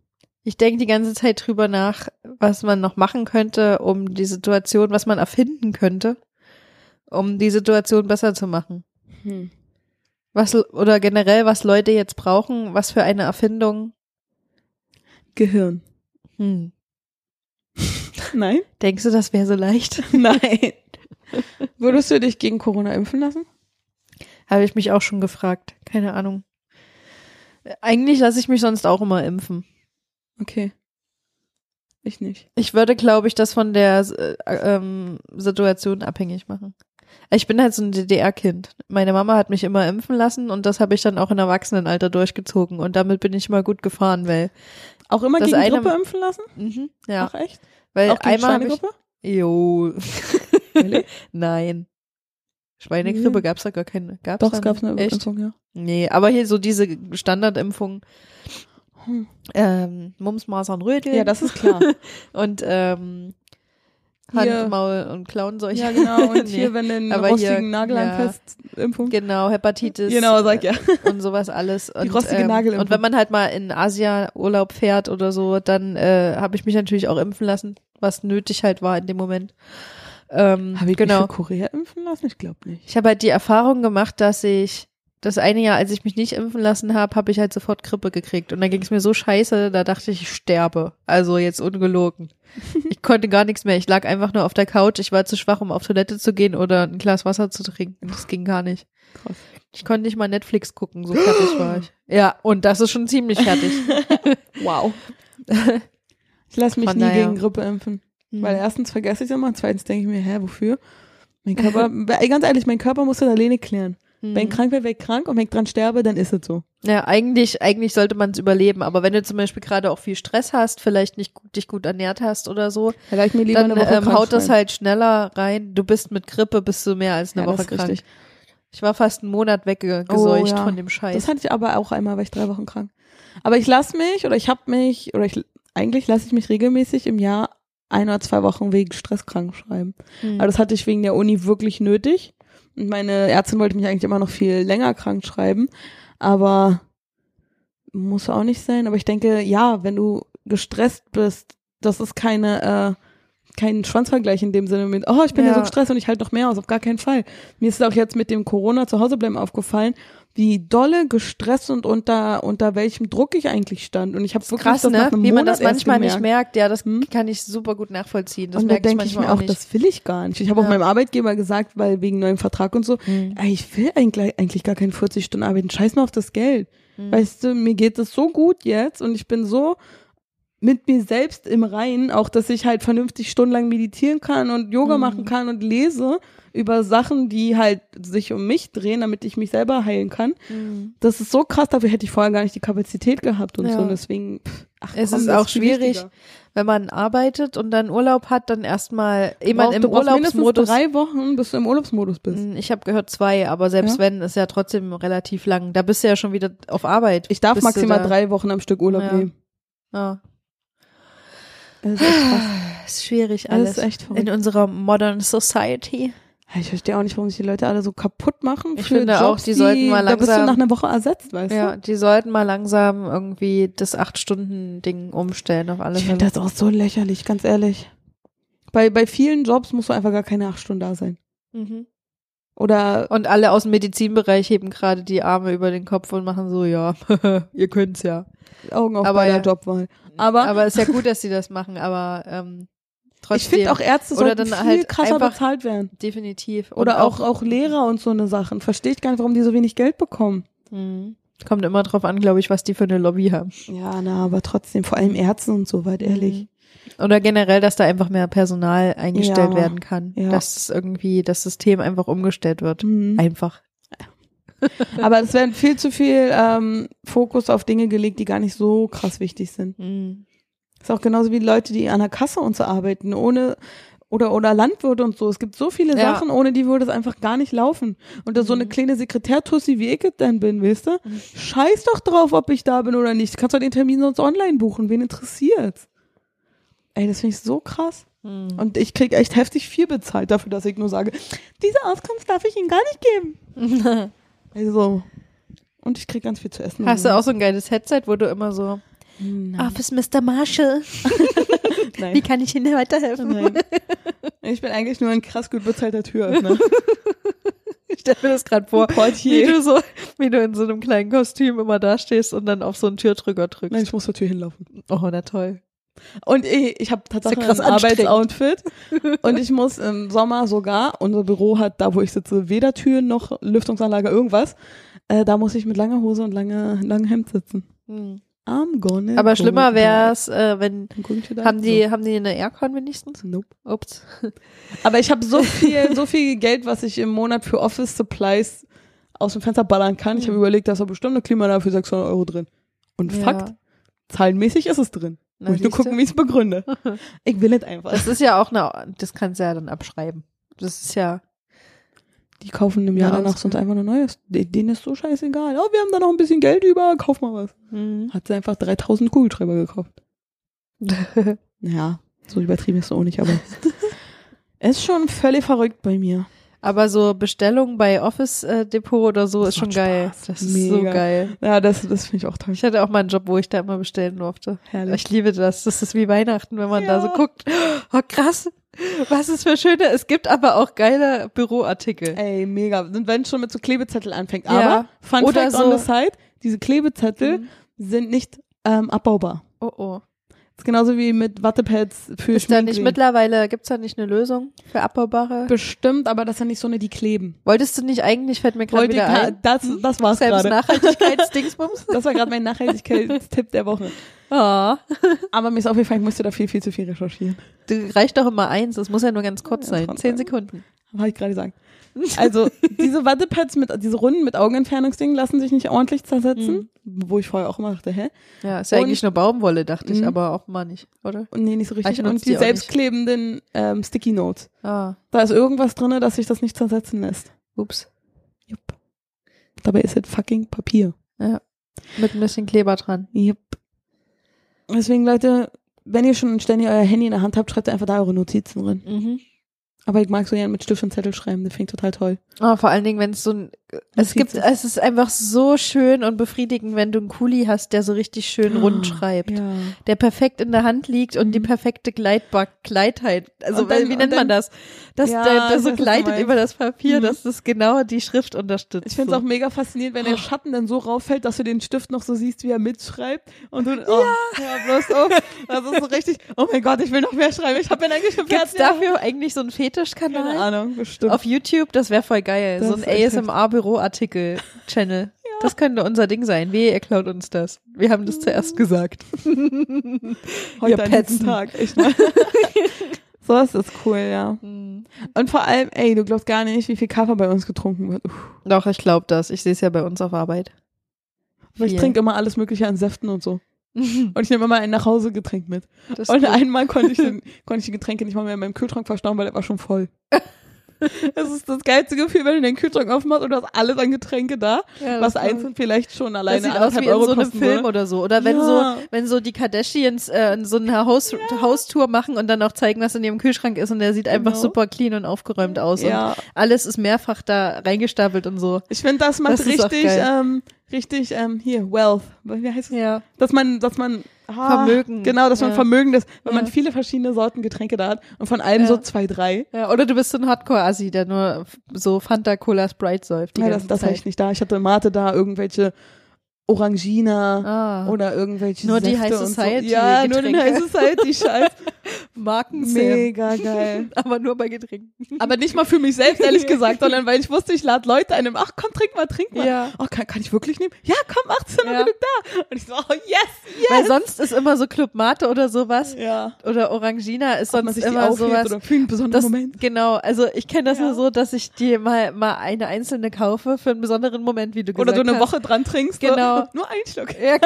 Speaker 1: Ich denke die ganze Zeit drüber nach, was man noch machen könnte, um die Situation, was man erfinden könnte, um die Situation besser zu machen.
Speaker 2: Hm.
Speaker 1: Was oder generell, was Leute jetzt brauchen, was für eine Erfindung.
Speaker 2: Gehirn.
Speaker 1: Hm.
Speaker 2: Nein?
Speaker 1: Denkst du, das wäre so leicht?
Speaker 2: Nein. Würdest du dich gegen Corona impfen lassen?
Speaker 1: Habe ich mich auch schon gefragt. Keine Ahnung. Äh, Eigentlich lasse ich mich sonst auch immer impfen.
Speaker 2: Okay. Ich nicht.
Speaker 1: Ich würde, glaube ich, das von der äh, ähm, Situation abhängig machen. Ich bin halt so ein DDR-Kind. Meine Mama hat mich immer impfen lassen und das habe ich dann auch im Erwachsenenalter durchgezogen und damit bin ich immer gut gefahren, weil
Speaker 2: Auch immer
Speaker 1: Das
Speaker 2: gegen
Speaker 1: eine-
Speaker 2: Grippe impfen lassen?
Speaker 1: mhm, ja,
Speaker 2: Ach echt?
Speaker 1: weil
Speaker 2: Auch gegen
Speaker 1: einmal habe ich
Speaker 2: Schweinegrippe?
Speaker 1: jo
Speaker 2: Really?
Speaker 1: nein Schweinegrippe
Speaker 2: Nee.
Speaker 1: gab's da gar keine gab's
Speaker 2: Doch,
Speaker 1: da
Speaker 2: es gab eine
Speaker 1: echt
Speaker 2: Impfung, ja.
Speaker 1: nee aber hier so diese Standardimpfung
Speaker 2: Hm.
Speaker 1: ähm, Mumps Masern Rötel
Speaker 2: Ja, das ist klar.
Speaker 1: und ähm,
Speaker 2: Hier.
Speaker 1: Hand Maul und Klauenseuche
Speaker 2: ja, genau. Und
Speaker 1: Nee.
Speaker 2: hier, wenn du einen
Speaker 1: Aber
Speaker 2: rostigen
Speaker 1: hier-
Speaker 2: Nagel
Speaker 1: ja.
Speaker 2: anfasst, Impfung.
Speaker 1: Genau, Hepatitis.
Speaker 2: Genau, sag ja.
Speaker 1: Und sowas alles. Und,
Speaker 2: rostige Nagelimpfung.
Speaker 1: Und wenn man halt mal in Asien Urlaub fährt oder so, dann äh, habe ich mich natürlich auch impfen lassen, was nötig halt war in dem Moment. Ähm,
Speaker 2: Habe ich
Speaker 1: genau.
Speaker 2: mich für Korea impfen lassen? Ich glaube nicht.
Speaker 1: Ich habe halt die Erfahrung gemacht, dass ich das eine Jahr, als ich mich nicht impfen lassen habe, habe ich halt sofort Grippe gekriegt. Und dann ging es mir so scheiße, da dachte ich, ich sterbe. Also jetzt ungelogen. Ich konnte gar nichts mehr. Ich lag einfach nur auf der Couch. Ich war zu schwach, um auf Toilette zu gehen oder ein Glas Wasser zu trinken. Das ging gar nicht.
Speaker 2: Krass.
Speaker 1: Ich konnte nicht mal Netflix gucken, so fertig war ich. Ja, und das ist schon ziemlich fertig.
Speaker 2: Wow. ich lasse mich
Speaker 1: Von
Speaker 2: nie
Speaker 1: daher. Mhm.
Speaker 2: gegen Grippe impfen. Weil erstens vergesse ich es immer, und zweitens denke ich mir, hä, wofür? Mein Körper, ey, ganz ehrlich, mein Körper muss das alleine klären.
Speaker 1: Hm.
Speaker 2: Wenn ich krank werde, werde ich krank und wenn ich dran sterbe, dann ist es so.
Speaker 1: Ja, eigentlich, eigentlich sollte man es überleben. Aber wenn du zum Beispiel gerade auch viel Stress hast, vielleicht nicht gut, dich gut ernährt hast oder so,
Speaker 2: Da lasse ich mir lieber
Speaker 1: dann
Speaker 2: eine Woche
Speaker 1: ähm,
Speaker 2: krank
Speaker 1: haut das
Speaker 2: schreiben.
Speaker 1: halt schneller rein. Du bist mit Grippe, bist du mehr als eine
Speaker 2: Ja,
Speaker 1: Woche
Speaker 2: das ist
Speaker 1: krank.
Speaker 2: richtig.
Speaker 1: Ich war fast einen Monat weggeseucht
Speaker 2: Oh, ja.
Speaker 1: von dem Scheiß.
Speaker 2: Das hatte ich aber auch einmal, war ich drei Wochen krank. Aber ich lasse mich oder ich habe mich oder ich eigentlich lasse ich mich regelmäßig im Jahr ein oder zwei Wochen wegen Stress krank schreiben.
Speaker 1: Hm.
Speaker 2: Aber das hatte ich wegen der Uni wirklich nötig. Und meine Ärztin wollte mich eigentlich immer noch viel länger krank schreiben. Aber muss auch nicht sein. Aber ich denke, ja, wenn du gestresst bist, das ist keine, äh, kein Schwanzvergleich in dem Sinne mit, oh, ich bin ja,
Speaker 1: Ja.
Speaker 2: so gestresst und ich halte noch mehr aus, auf gar keinen Fall. Mir ist es auch jetzt mit dem Corona zu Hause bleiben aufgefallen, wie dolle gestresst und unter, unter welchem Druck ich eigentlich stand. Und ich habe wirklich
Speaker 1: Krass,
Speaker 2: das
Speaker 1: ne?
Speaker 2: nach einem
Speaker 1: Wie man
Speaker 2: Monat
Speaker 1: das manchmal
Speaker 2: erst
Speaker 1: nicht merkt. Ja, das
Speaker 2: Hm?
Speaker 1: kann ich super gut nachvollziehen. Das
Speaker 2: und da
Speaker 1: merke ich
Speaker 2: denke ich
Speaker 1: manchmal
Speaker 2: mir
Speaker 1: auch
Speaker 2: auch,
Speaker 1: nicht.
Speaker 2: das will ich gar nicht. Ich habe auch
Speaker 1: Ja.
Speaker 2: meinem Arbeitgeber gesagt, weil wegen neuem Vertrag und so,
Speaker 1: Hm.
Speaker 2: ey, ich will eigentlich, eigentlich gar keine 40 Stunden arbeiten. Scheiß mal auf das Geld.
Speaker 1: Mhm.
Speaker 2: Weißt du, mir geht es so gut jetzt und ich bin so mit mir selbst im Reinen, auch dass ich halt vernünftig stundenlang meditieren kann und Yoga
Speaker 1: Mhm.
Speaker 2: machen kann und lese über Sachen, die halt sich um mich drehen, damit ich mich selber heilen kann.
Speaker 1: Hm.
Speaker 2: Das ist so krass, dafür hätte ich vorher gar nicht die Kapazität gehabt und
Speaker 1: Ja.
Speaker 2: so. Und deswegen, pff, ach,
Speaker 1: Es
Speaker 2: komm,
Speaker 1: ist
Speaker 2: das
Speaker 1: auch
Speaker 2: viel
Speaker 1: schwierig.
Speaker 2: wichtiger.
Speaker 1: Wenn man arbeitet und dann Urlaub hat, dann erstmal
Speaker 2: Brauch-
Speaker 1: jemand im
Speaker 2: du brauchst mindestens
Speaker 1: Urlaubsmodus.
Speaker 2: drei Wochen, bis du im Urlaubsmodus bist.
Speaker 1: Hm, Ich habe gehört zwei, aber selbst
Speaker 2: Ja.
Speaker 1: wenn, ist ja trotzdem relativ lang. Da bist du ja schon wieder auf Arbeit.
Speaker 2: Ich darf
Speaker 1: Bist du
Speaker 2: maximal
Speaker 1: da-
Speaker 2: drei Wochen am Stück Urlaub
Speaker 1: Ja.
Speaker 2: nehmen.
Speaker 1: Ja.
Speaker 2: Das ist echt krass.
Speaker 1: Ist schwierig
Speaker 2: Das
Speaker 1: alles.
Speaker 2: ist echt verrückt. Ah,
Speaker 1: in unserer modern society.
Speaker 2: Ich verstehe auch nicht, warum sich die Leute alle so kaputt machen.
Speaker 1: Ich
Speaker 2: für
Speaker 1: finde
Speaker 2: Jobs,
Speaker 1: auch, die sollten mal
Speaker 2: Da bist du
Speaker 1: langsam-
Speaker 2: nach einer Woche ersetzt, weißt
Speaker 1: Ja,
Speaker 2: du?
Speaker 1: die sollten mal langsam irgendwie das Acht-Stunden-Ding umstellen auf alle
Speaker 2: Ich finde
Speaker 1: Fälle.
Speaker 2: das auch so lächerlich, ganz ehrlich. Bei, bei vielen Jobs musst du einfach gar keine acht Stunden da sein.
Speaker 1: Mhm.
Speaker 2: Oder
Speaker 1: Und alle aus dem Medizinbereich heben gerade die Arme über den Kopf und machen so, ja, ihr könnt's ja.
Speaker 2: Augen auf
Speaker 1: Aber
Speaker 2: bei der
Speaker 1: ja.
Speaker 2: Jobwahl. Aber,
Speaker 1: aber ist ja gut, dass sie das machen, aber ähm,
Speaker 2: ich
Speaker 1: trotzdem.
Speaker 2: finde auch Ärzte
Speaker 1: Oder
Speaker 2: sollten viel
Speaker 1: dann halt
Speaker 2: krasser
Speaker 1: einfach-
Speaker 2: bezahlt werden.
Speaker 1: definitiv. Und
Speaker 2: Oder auch, auch Lehrer und so eine Sachen. Verstehe ich gar nicht, warum die so wenig Geld bekommen.
Speaker 1: Mhm. Kommt immer drauf an, glaube ich, was die für eine Lobby haben.
Speaker 2: Ja, na, aber trotzdem, vor allem Ärzte und so weit, ehrlich.
Speaker 1: Oder generell, dass da einfach mehr Personal eingestellt
Speaker 2: Ja.
Speaker 1: werden kann.
Speaker 2: Ja.
Speaker 1: Dass es irgendwie das System einfach umgestellt wird.
Speaker 2: Mhm.
Speaker 1: Einfach.
Speaker 2: Aber es werden viel zu viel ähm, Fokus auf Dinge gelegt, die gar nicht so krass wichtig sind.
Speaker 1: Mhm.
Speaker 2: Ist auch genauso wie Leute, die an der Kasse und so arbeiten, ohne oder oder Landwirte und so. Es gibt so viele
Speaker 1: Ja.
Speaker 2: Sachen, ohne die würde es einfach gar nicht laufen. Und da so eine kleine Sekretärtussi wie ich es dann bin, weißt du? Scheiß doch drauf, ob ich da bin oder nicht. Kannst du den Termin sonst online buchen, wen interessiert's? Ey, das finde ich so krass.
Speaker 1: Mhm.
Speaker 2: Und ich krieg echt heftig viel bezahlt dafür, dass ich nur sage, diese Auskunft darf ich Ihnen gar nicht geben. Also. Und ich krieg ganz viel zu essen.
Speaker 1: Hast du auch so ein geiles Headset, wo du immer so,
Speaker 2: Mhm. Nein.
Speaker 1: ah, was Mr. Marshall, wie
Speaker 2: Nein.
Speaker 1: kann ich Ihnen weiterhelfen?
Speaker 2: Nein. Ich bin eigentlich nur ein krass gut bezahlter ne? Türöffner.
Speaker 1: Ich stell mir das gerade vor, wie
Speaker 2: Portier.
Speaker 1: du, so, wie du in so einem kleinen Kostüm immer dastehst und dann auf so einen Türdrücker drückst.
Speaker 2: Nein, ich muss zur Tür hinlaufen.
Speaker 1: Oh, na toll.
Speaker 2: Und eh, ich habe tatsächlich
Speaker 1: krass
Speaker 2: ein Arbeitsoutfit. Und ich muss im Sommer sogar, unser Büro hat da, wo ich sitze, weder Türen noch Lüftungsanlage, irgendwas. Äh, da muss ich mit langer Hose und langer, langem Hemd sitzen. I'm gonna
Speaker 1: Hm. Aber
Speaker 2: go
Speaker 1: schlimmer
Speaker 2: to
Speaker 1: wäre es, äh, wenn
Speaker 2: die- I'm going to die-
Speaker 1: haben die haben die eine Aircon wenigstens?
Speaker 2: So. Nope.
Speaker 1: Ups.
Speaker 2: Aber ich habe so viel, so viel Geld, was ich im Monat für Office Supplies aus dem Fenster ballern kann. Ich
Speaker 1: Mhm.
Speaker 2: habe überlegt, da ist doch bestimmt eine Klimaanlage für 600 Euro drin. Und Fakt, zahlenmäßig ist es drin.
Speaker 1: Na,
Speaker 2: Muss ich nur
Speaker 1: siehste.
Speaker 2: gucken, wie ich es begründe. Ich will nicht einfach.
Speaker 1: Das ist ja auch eine das kannst du ja dann abschreiben. Das ist ja
Speaker 2: Die kaufen im Jahr
Speaker 1: Ja,
Speaker 2: danach
Speaker 1: das-
Speaker 2: sonst einfach ein neues. De- Denen ist so scheißegal. Oh, wir haben da noch ein bisschen Geld über, kauf mal was.
Speaker 1: hm.
Speaker 2: Hat sie einfach 3000 Kugelschreiber gekauft. Ja, so übertrieben ist es auch nicht, aber ist schon völlig verrückt bei mir.
Speaker 1: aber so Bestellungen bei Office äh, Depot oder so ist schon
Speaker 2: macht
Speaker 1: geil.
Speaker 2: Spaß.
Speaker 1: Das ist so
Speaker 2: Mega.
Speaker 1: geil.
Speaker 2: Ja, das, das finde ich auch toll.
Speaker 1: Ich hatte auch mal einen Job, wo ich da immer bestellen durfte.
Speaker 2: Herrlich.
Speaker 1: Ich liebe das. Das ist wie Weihnachten, wenn man da so
Speaker 2: Ja.
Speaker 1: guckt. Oh, krass. Was es für schöne. Es gibt aber auch geile Büroartikel.
Speaker 2: Ey, mega. Und wenn es schon mit so Klebezettel anfängt.
Speaker 1: Ja.
Speaker 2: Aber, Fun
Speaker 1: Oder
Speaker 2: Fact
Speaker 1: so- Mhm.
Speaker 2: on the side, diese Klebezettel sind nicht ähm, abbaubar.
Speaker 1: Oh oh.
Speaker 2: Das ist genauso wie mit Wattepads für
Speaker 1: Ist da nicht
Speaker 2: Schminkring.
Speaker 1: mittlerweile, gibt's da nicht eine Lösung für abbaubare?
Speaker 2: Bestimmt, aber das sind nicht so eine, die kleben.
Speaker 1: Wolltest du nicht eigentlich, fällt mir gerade
Speaker 2: Wollte
Speaker 1: wieder
Speaker 2: ich,
Speaker 1: ein.
Speaker 2: das, das war's
Speaker 1: Selbst
Speaker 2: gerade.
Speaker 1: Nachhaltigkeitsdingsbums.
Speaker 2: Das war gerade mein Nachhaltigkeitstipp der Woche.
Speaker 1: Oh.
Speaker 2: Aber mir ist aufgefallen, ich musste da viel, viel zu viel recherchieren.
Speaker 1: Du reicht doch immer eins, es muss ja nur ganz kurz
Speaker 2: Ja,
Speaker 1: sein.
Speaker 2: ganz
Speaker 1: Zehn
Speaker 2: kurz.
Speaker 1: Sekunden.
Speaker 2: Habe ich gerade gesagt. Also, diese Wattepads mit, diese Runden mit Augenentfernungsdingen lassen sich nicht ordentlich zersetzen.
Speaker 1: Mhm.
Speaker 2: Wo ich vorher auch immer dachte, hä?
Speaker 1: Ja, ist ja
Speaker 2: Und-
Speaker 1: eigentlich nur Baumwolle, dachte ich,
Speaker 2: Mhm.
Speaker 1: aber auch mal nicht, oder?
Speaker 2: Und nee, nicht so
Speaker 1: Ich
Speaker 2: richtig.
Speaker 1: benutze
Speaker 2: Und die
Speaker 1: die auch nicht.
Speaker 2: selbstklebenden ähm, Sticky Notes.
Speaker 1: Ah,
Speaker 2: Da ist irgendwas drinne, dass sich das nicht zersetzen lässt.
Speaker 1: ups.
Speaker 2: Jupp. Dabei ist es fucking Papier.
Speaker 1: Mit ein bisschen Kleber dran.
Speaker 2: Jupp. Deswegen, Leute, wenn ihr schon ständig euer Handy in der Hand habt, schreibt einfach da eure Notizen drin.
Speaker 1: Mhm.
Speaker 2: Aber ich mag so gerne mit Stift und Zettel schreiben, das finde ich total toll.
Speaker 1: Ah, vor allen Dingen, wenn es so ein, es gibt,
Speaker 2: Notizen.
Speaker 1: es ist einfach so schön und befriedigend, wenn du einen Kuli hast, der so richtig schön rund schreibt.
Speaker 2: Ah, Ja.
Speaker 1: der perfekt in der Hand liegt und die
Speaker 2: Mhm.
Speaker 1: perfekte Gleitbar Gleitheit. Also
Speaker 2: Und dann-
Speaker 1: weil, wie
Speaker 2: und
Speaker 1: nennt man
Speaker 2: dann-
Speaker 1: das? Dass
Speaker 2: Ja,
Speaker 1: der, der so
Speaker 2: ich weiß, was du
Speaker 1: gleitet
Speaker 2: meinst.
Speaker 1: über das Papier,
Speaker 2: Mhm.
Speaker 1: dass das genau die Schrift unterstützt.
Speaker 2: Ich finde es
Speaker 1: so.
Speaker 2: auch mega faszinierend, wenn der Schatten dann so rauffällt, dass du den Stift noch so siehst, wie er mitschreibt. Und du, oh, ja. hör bloß auf. Das ist so richtig, oh mein Gott, ich will noch mehr schreiben. Ich habe ja eigentlich schon
Speaker 1: Gibt's
Speaker 2: fertig.
Speaker 1: dafür eigentlich so einen
Speaker 2: Keine
Speaker 1: Fetischkanal?
Speaker 2: Ahnung, bestimmt.
Speaker 1: Auf YouTube, das wäre voll geil.
Speaker 2: Das
Speaker 1: so
Speaker 2: ist
Speaker 1: ein
Speaker 2: echt heftig.
Speaker 1: ASMR-Büroartikel-Channel. Das könnte unser Ding sein. Wehe, ihr klaut uns das. Wir haben das
Speaker 2: Mhm.
Speaker 1: zuerst gesagt.
Speaker 2: Heute
Speaker 1: Ihr
Speaker 2: an diesem
Speaker 1: Petzen. ne-
Speaker 2: Tag, echt mal. so ist das cool,
Speaker 1: Mhm.
Speaker 2: ja. Und vor allem, ey, du glaubst gar nicht, wie viel Kaffee bei uns getrunken wird. Uff.
Speaker 1: Doch, ich glaube das. Ich sehe es ja bei uns auf Arbeit.
Speaker 2: Aber ich
Speaker 1: Viel.
Speaker 2: trinke immer alles mögliche an Säften und so. Und ich nehme immer ein Nachhausegetränk mit.
Speaker 1: Das
Speaker 2: Und einmal konnte ich, den, konnte ich die Getränke nicht mal mehr in meinem Kühlschrank verstauen, weil der war schon voll. Das ist das geilste Gefühl, wenn du den Kühlschrank aufmachst und du hast alles an Getränke da,
Speaker 1: Ja,
Speaker 2: was
Speaker 1: das-
Speaker 2: einzeln vielleicht schon
Speaker 1: Das
Speaker 2: alleine
Speaker 1: sieht aus wie in
Speaker 2: Euro
Speaker 1: so einem
Speaker 2: kosten würde.
Speaker 1: Film oder so. Oder wenn
Speaker 2: Ja.
Speaker 1: so, wenn so die Kardashians äh, in so eine Haus Haustour machen und dann auch zeigen, was in ihrem Kühlschrank ist und der sieht einfach
Speaker 2: Genau.
Speaker 1: super clean und aufgeräumt aus und
Speaker 2: Ja,
Speaker 1: alles ist mehrfach da reingestapelt und so.
Speaker 2: ich finde, das macht
Speaker 1: Das ist auch
Speaker 2: richtig,
Speaker 1: geil.
Speaker 2: ähm, richtig, ähm, hier, Wealth. Wie heißt das?
Speaker 1: Ja.
Speaker 2: Dass man, dass man ah,
Speaker 1: Vermögen.
Speaker 2: Genau, dass man
Speaker 1: Ja.
Speaker 2: Vermögen ist, wenn
Speaker 1: Ja.
Speaker 2: man viele verschiedene Sorten Getränke da hat und von allem
Speaker 1: Ja.
Speaker 2: so zwei, drei.
Speaker 1: ja. Oder du bist so ein Hardcore-Assi, der nur f- so Fanta Cola Sprite säuft die
Speaker 2: Ja, das
Speaker 1: ganze
Speaker 2: das
Speaker 1: Zeit.
Speaker 2: habe ich nicht da. Ich hatte Mate da, irgendwelche Orangina.
Speaker 1: Ah.
Speaker 2: Oder irgendwelche
Speaker 1: Nur die
Speaker 2: Säfte
Speaker 1: High
Speaker 2: und
Speaker 1: Society
Speaker 2: So. Ja, nur den
Speaker 1: Getränke.
Speaker 2: High Society Scheiß.
Speaker 1: Markenzähne.
Speaker 2: Mega geil.
Speaker 1: Aber nur bei Getränken.
Speaker 2: Aber nicht mal für mich selbst, ehrlich gesagt, sondern weil ich wusste, ich lade Leute einem, ach komm, trink mal, trink mal.
Speaker 1: Ja.
Speaker 2: Oh, kann, kann ich wirklich nehmen? Ja, komm, 18 Uhr
Speaker 1: Ja.
Speaker 2: bin ich da. Und ich so, oh yes, yes.
Speaker 1: Weil sonst ist immer so Club Mate oder sowas
Speaker 2: ja.
Speaker 1: oder Orangina ist
Speaker 2: Ob
Speaker 1: sonst
Speaker 2: man sich die
Speaker 1: immer
Speaker 2: aufhebt
Speaker 1: sowas.
Speaker 2: oder für einen besonderen
Speaker 1: Das,
Speaker 2: Moment.
Speaker 1: Genau, also ich kenne das
Speaker 2: Ja.
Speaker 1: nur so, dass ich dir mal, mal eine einzelne kaufe für einen besonderen Moment, wie du gesagt
Speaker 2: Oder du eine
Speaker 1: hast.
Speaker 2: Woche dran trinkst.
Speaker 1: Genau.
Speaker 2: So, nur einen Schluck.
Speaker 1: Ja,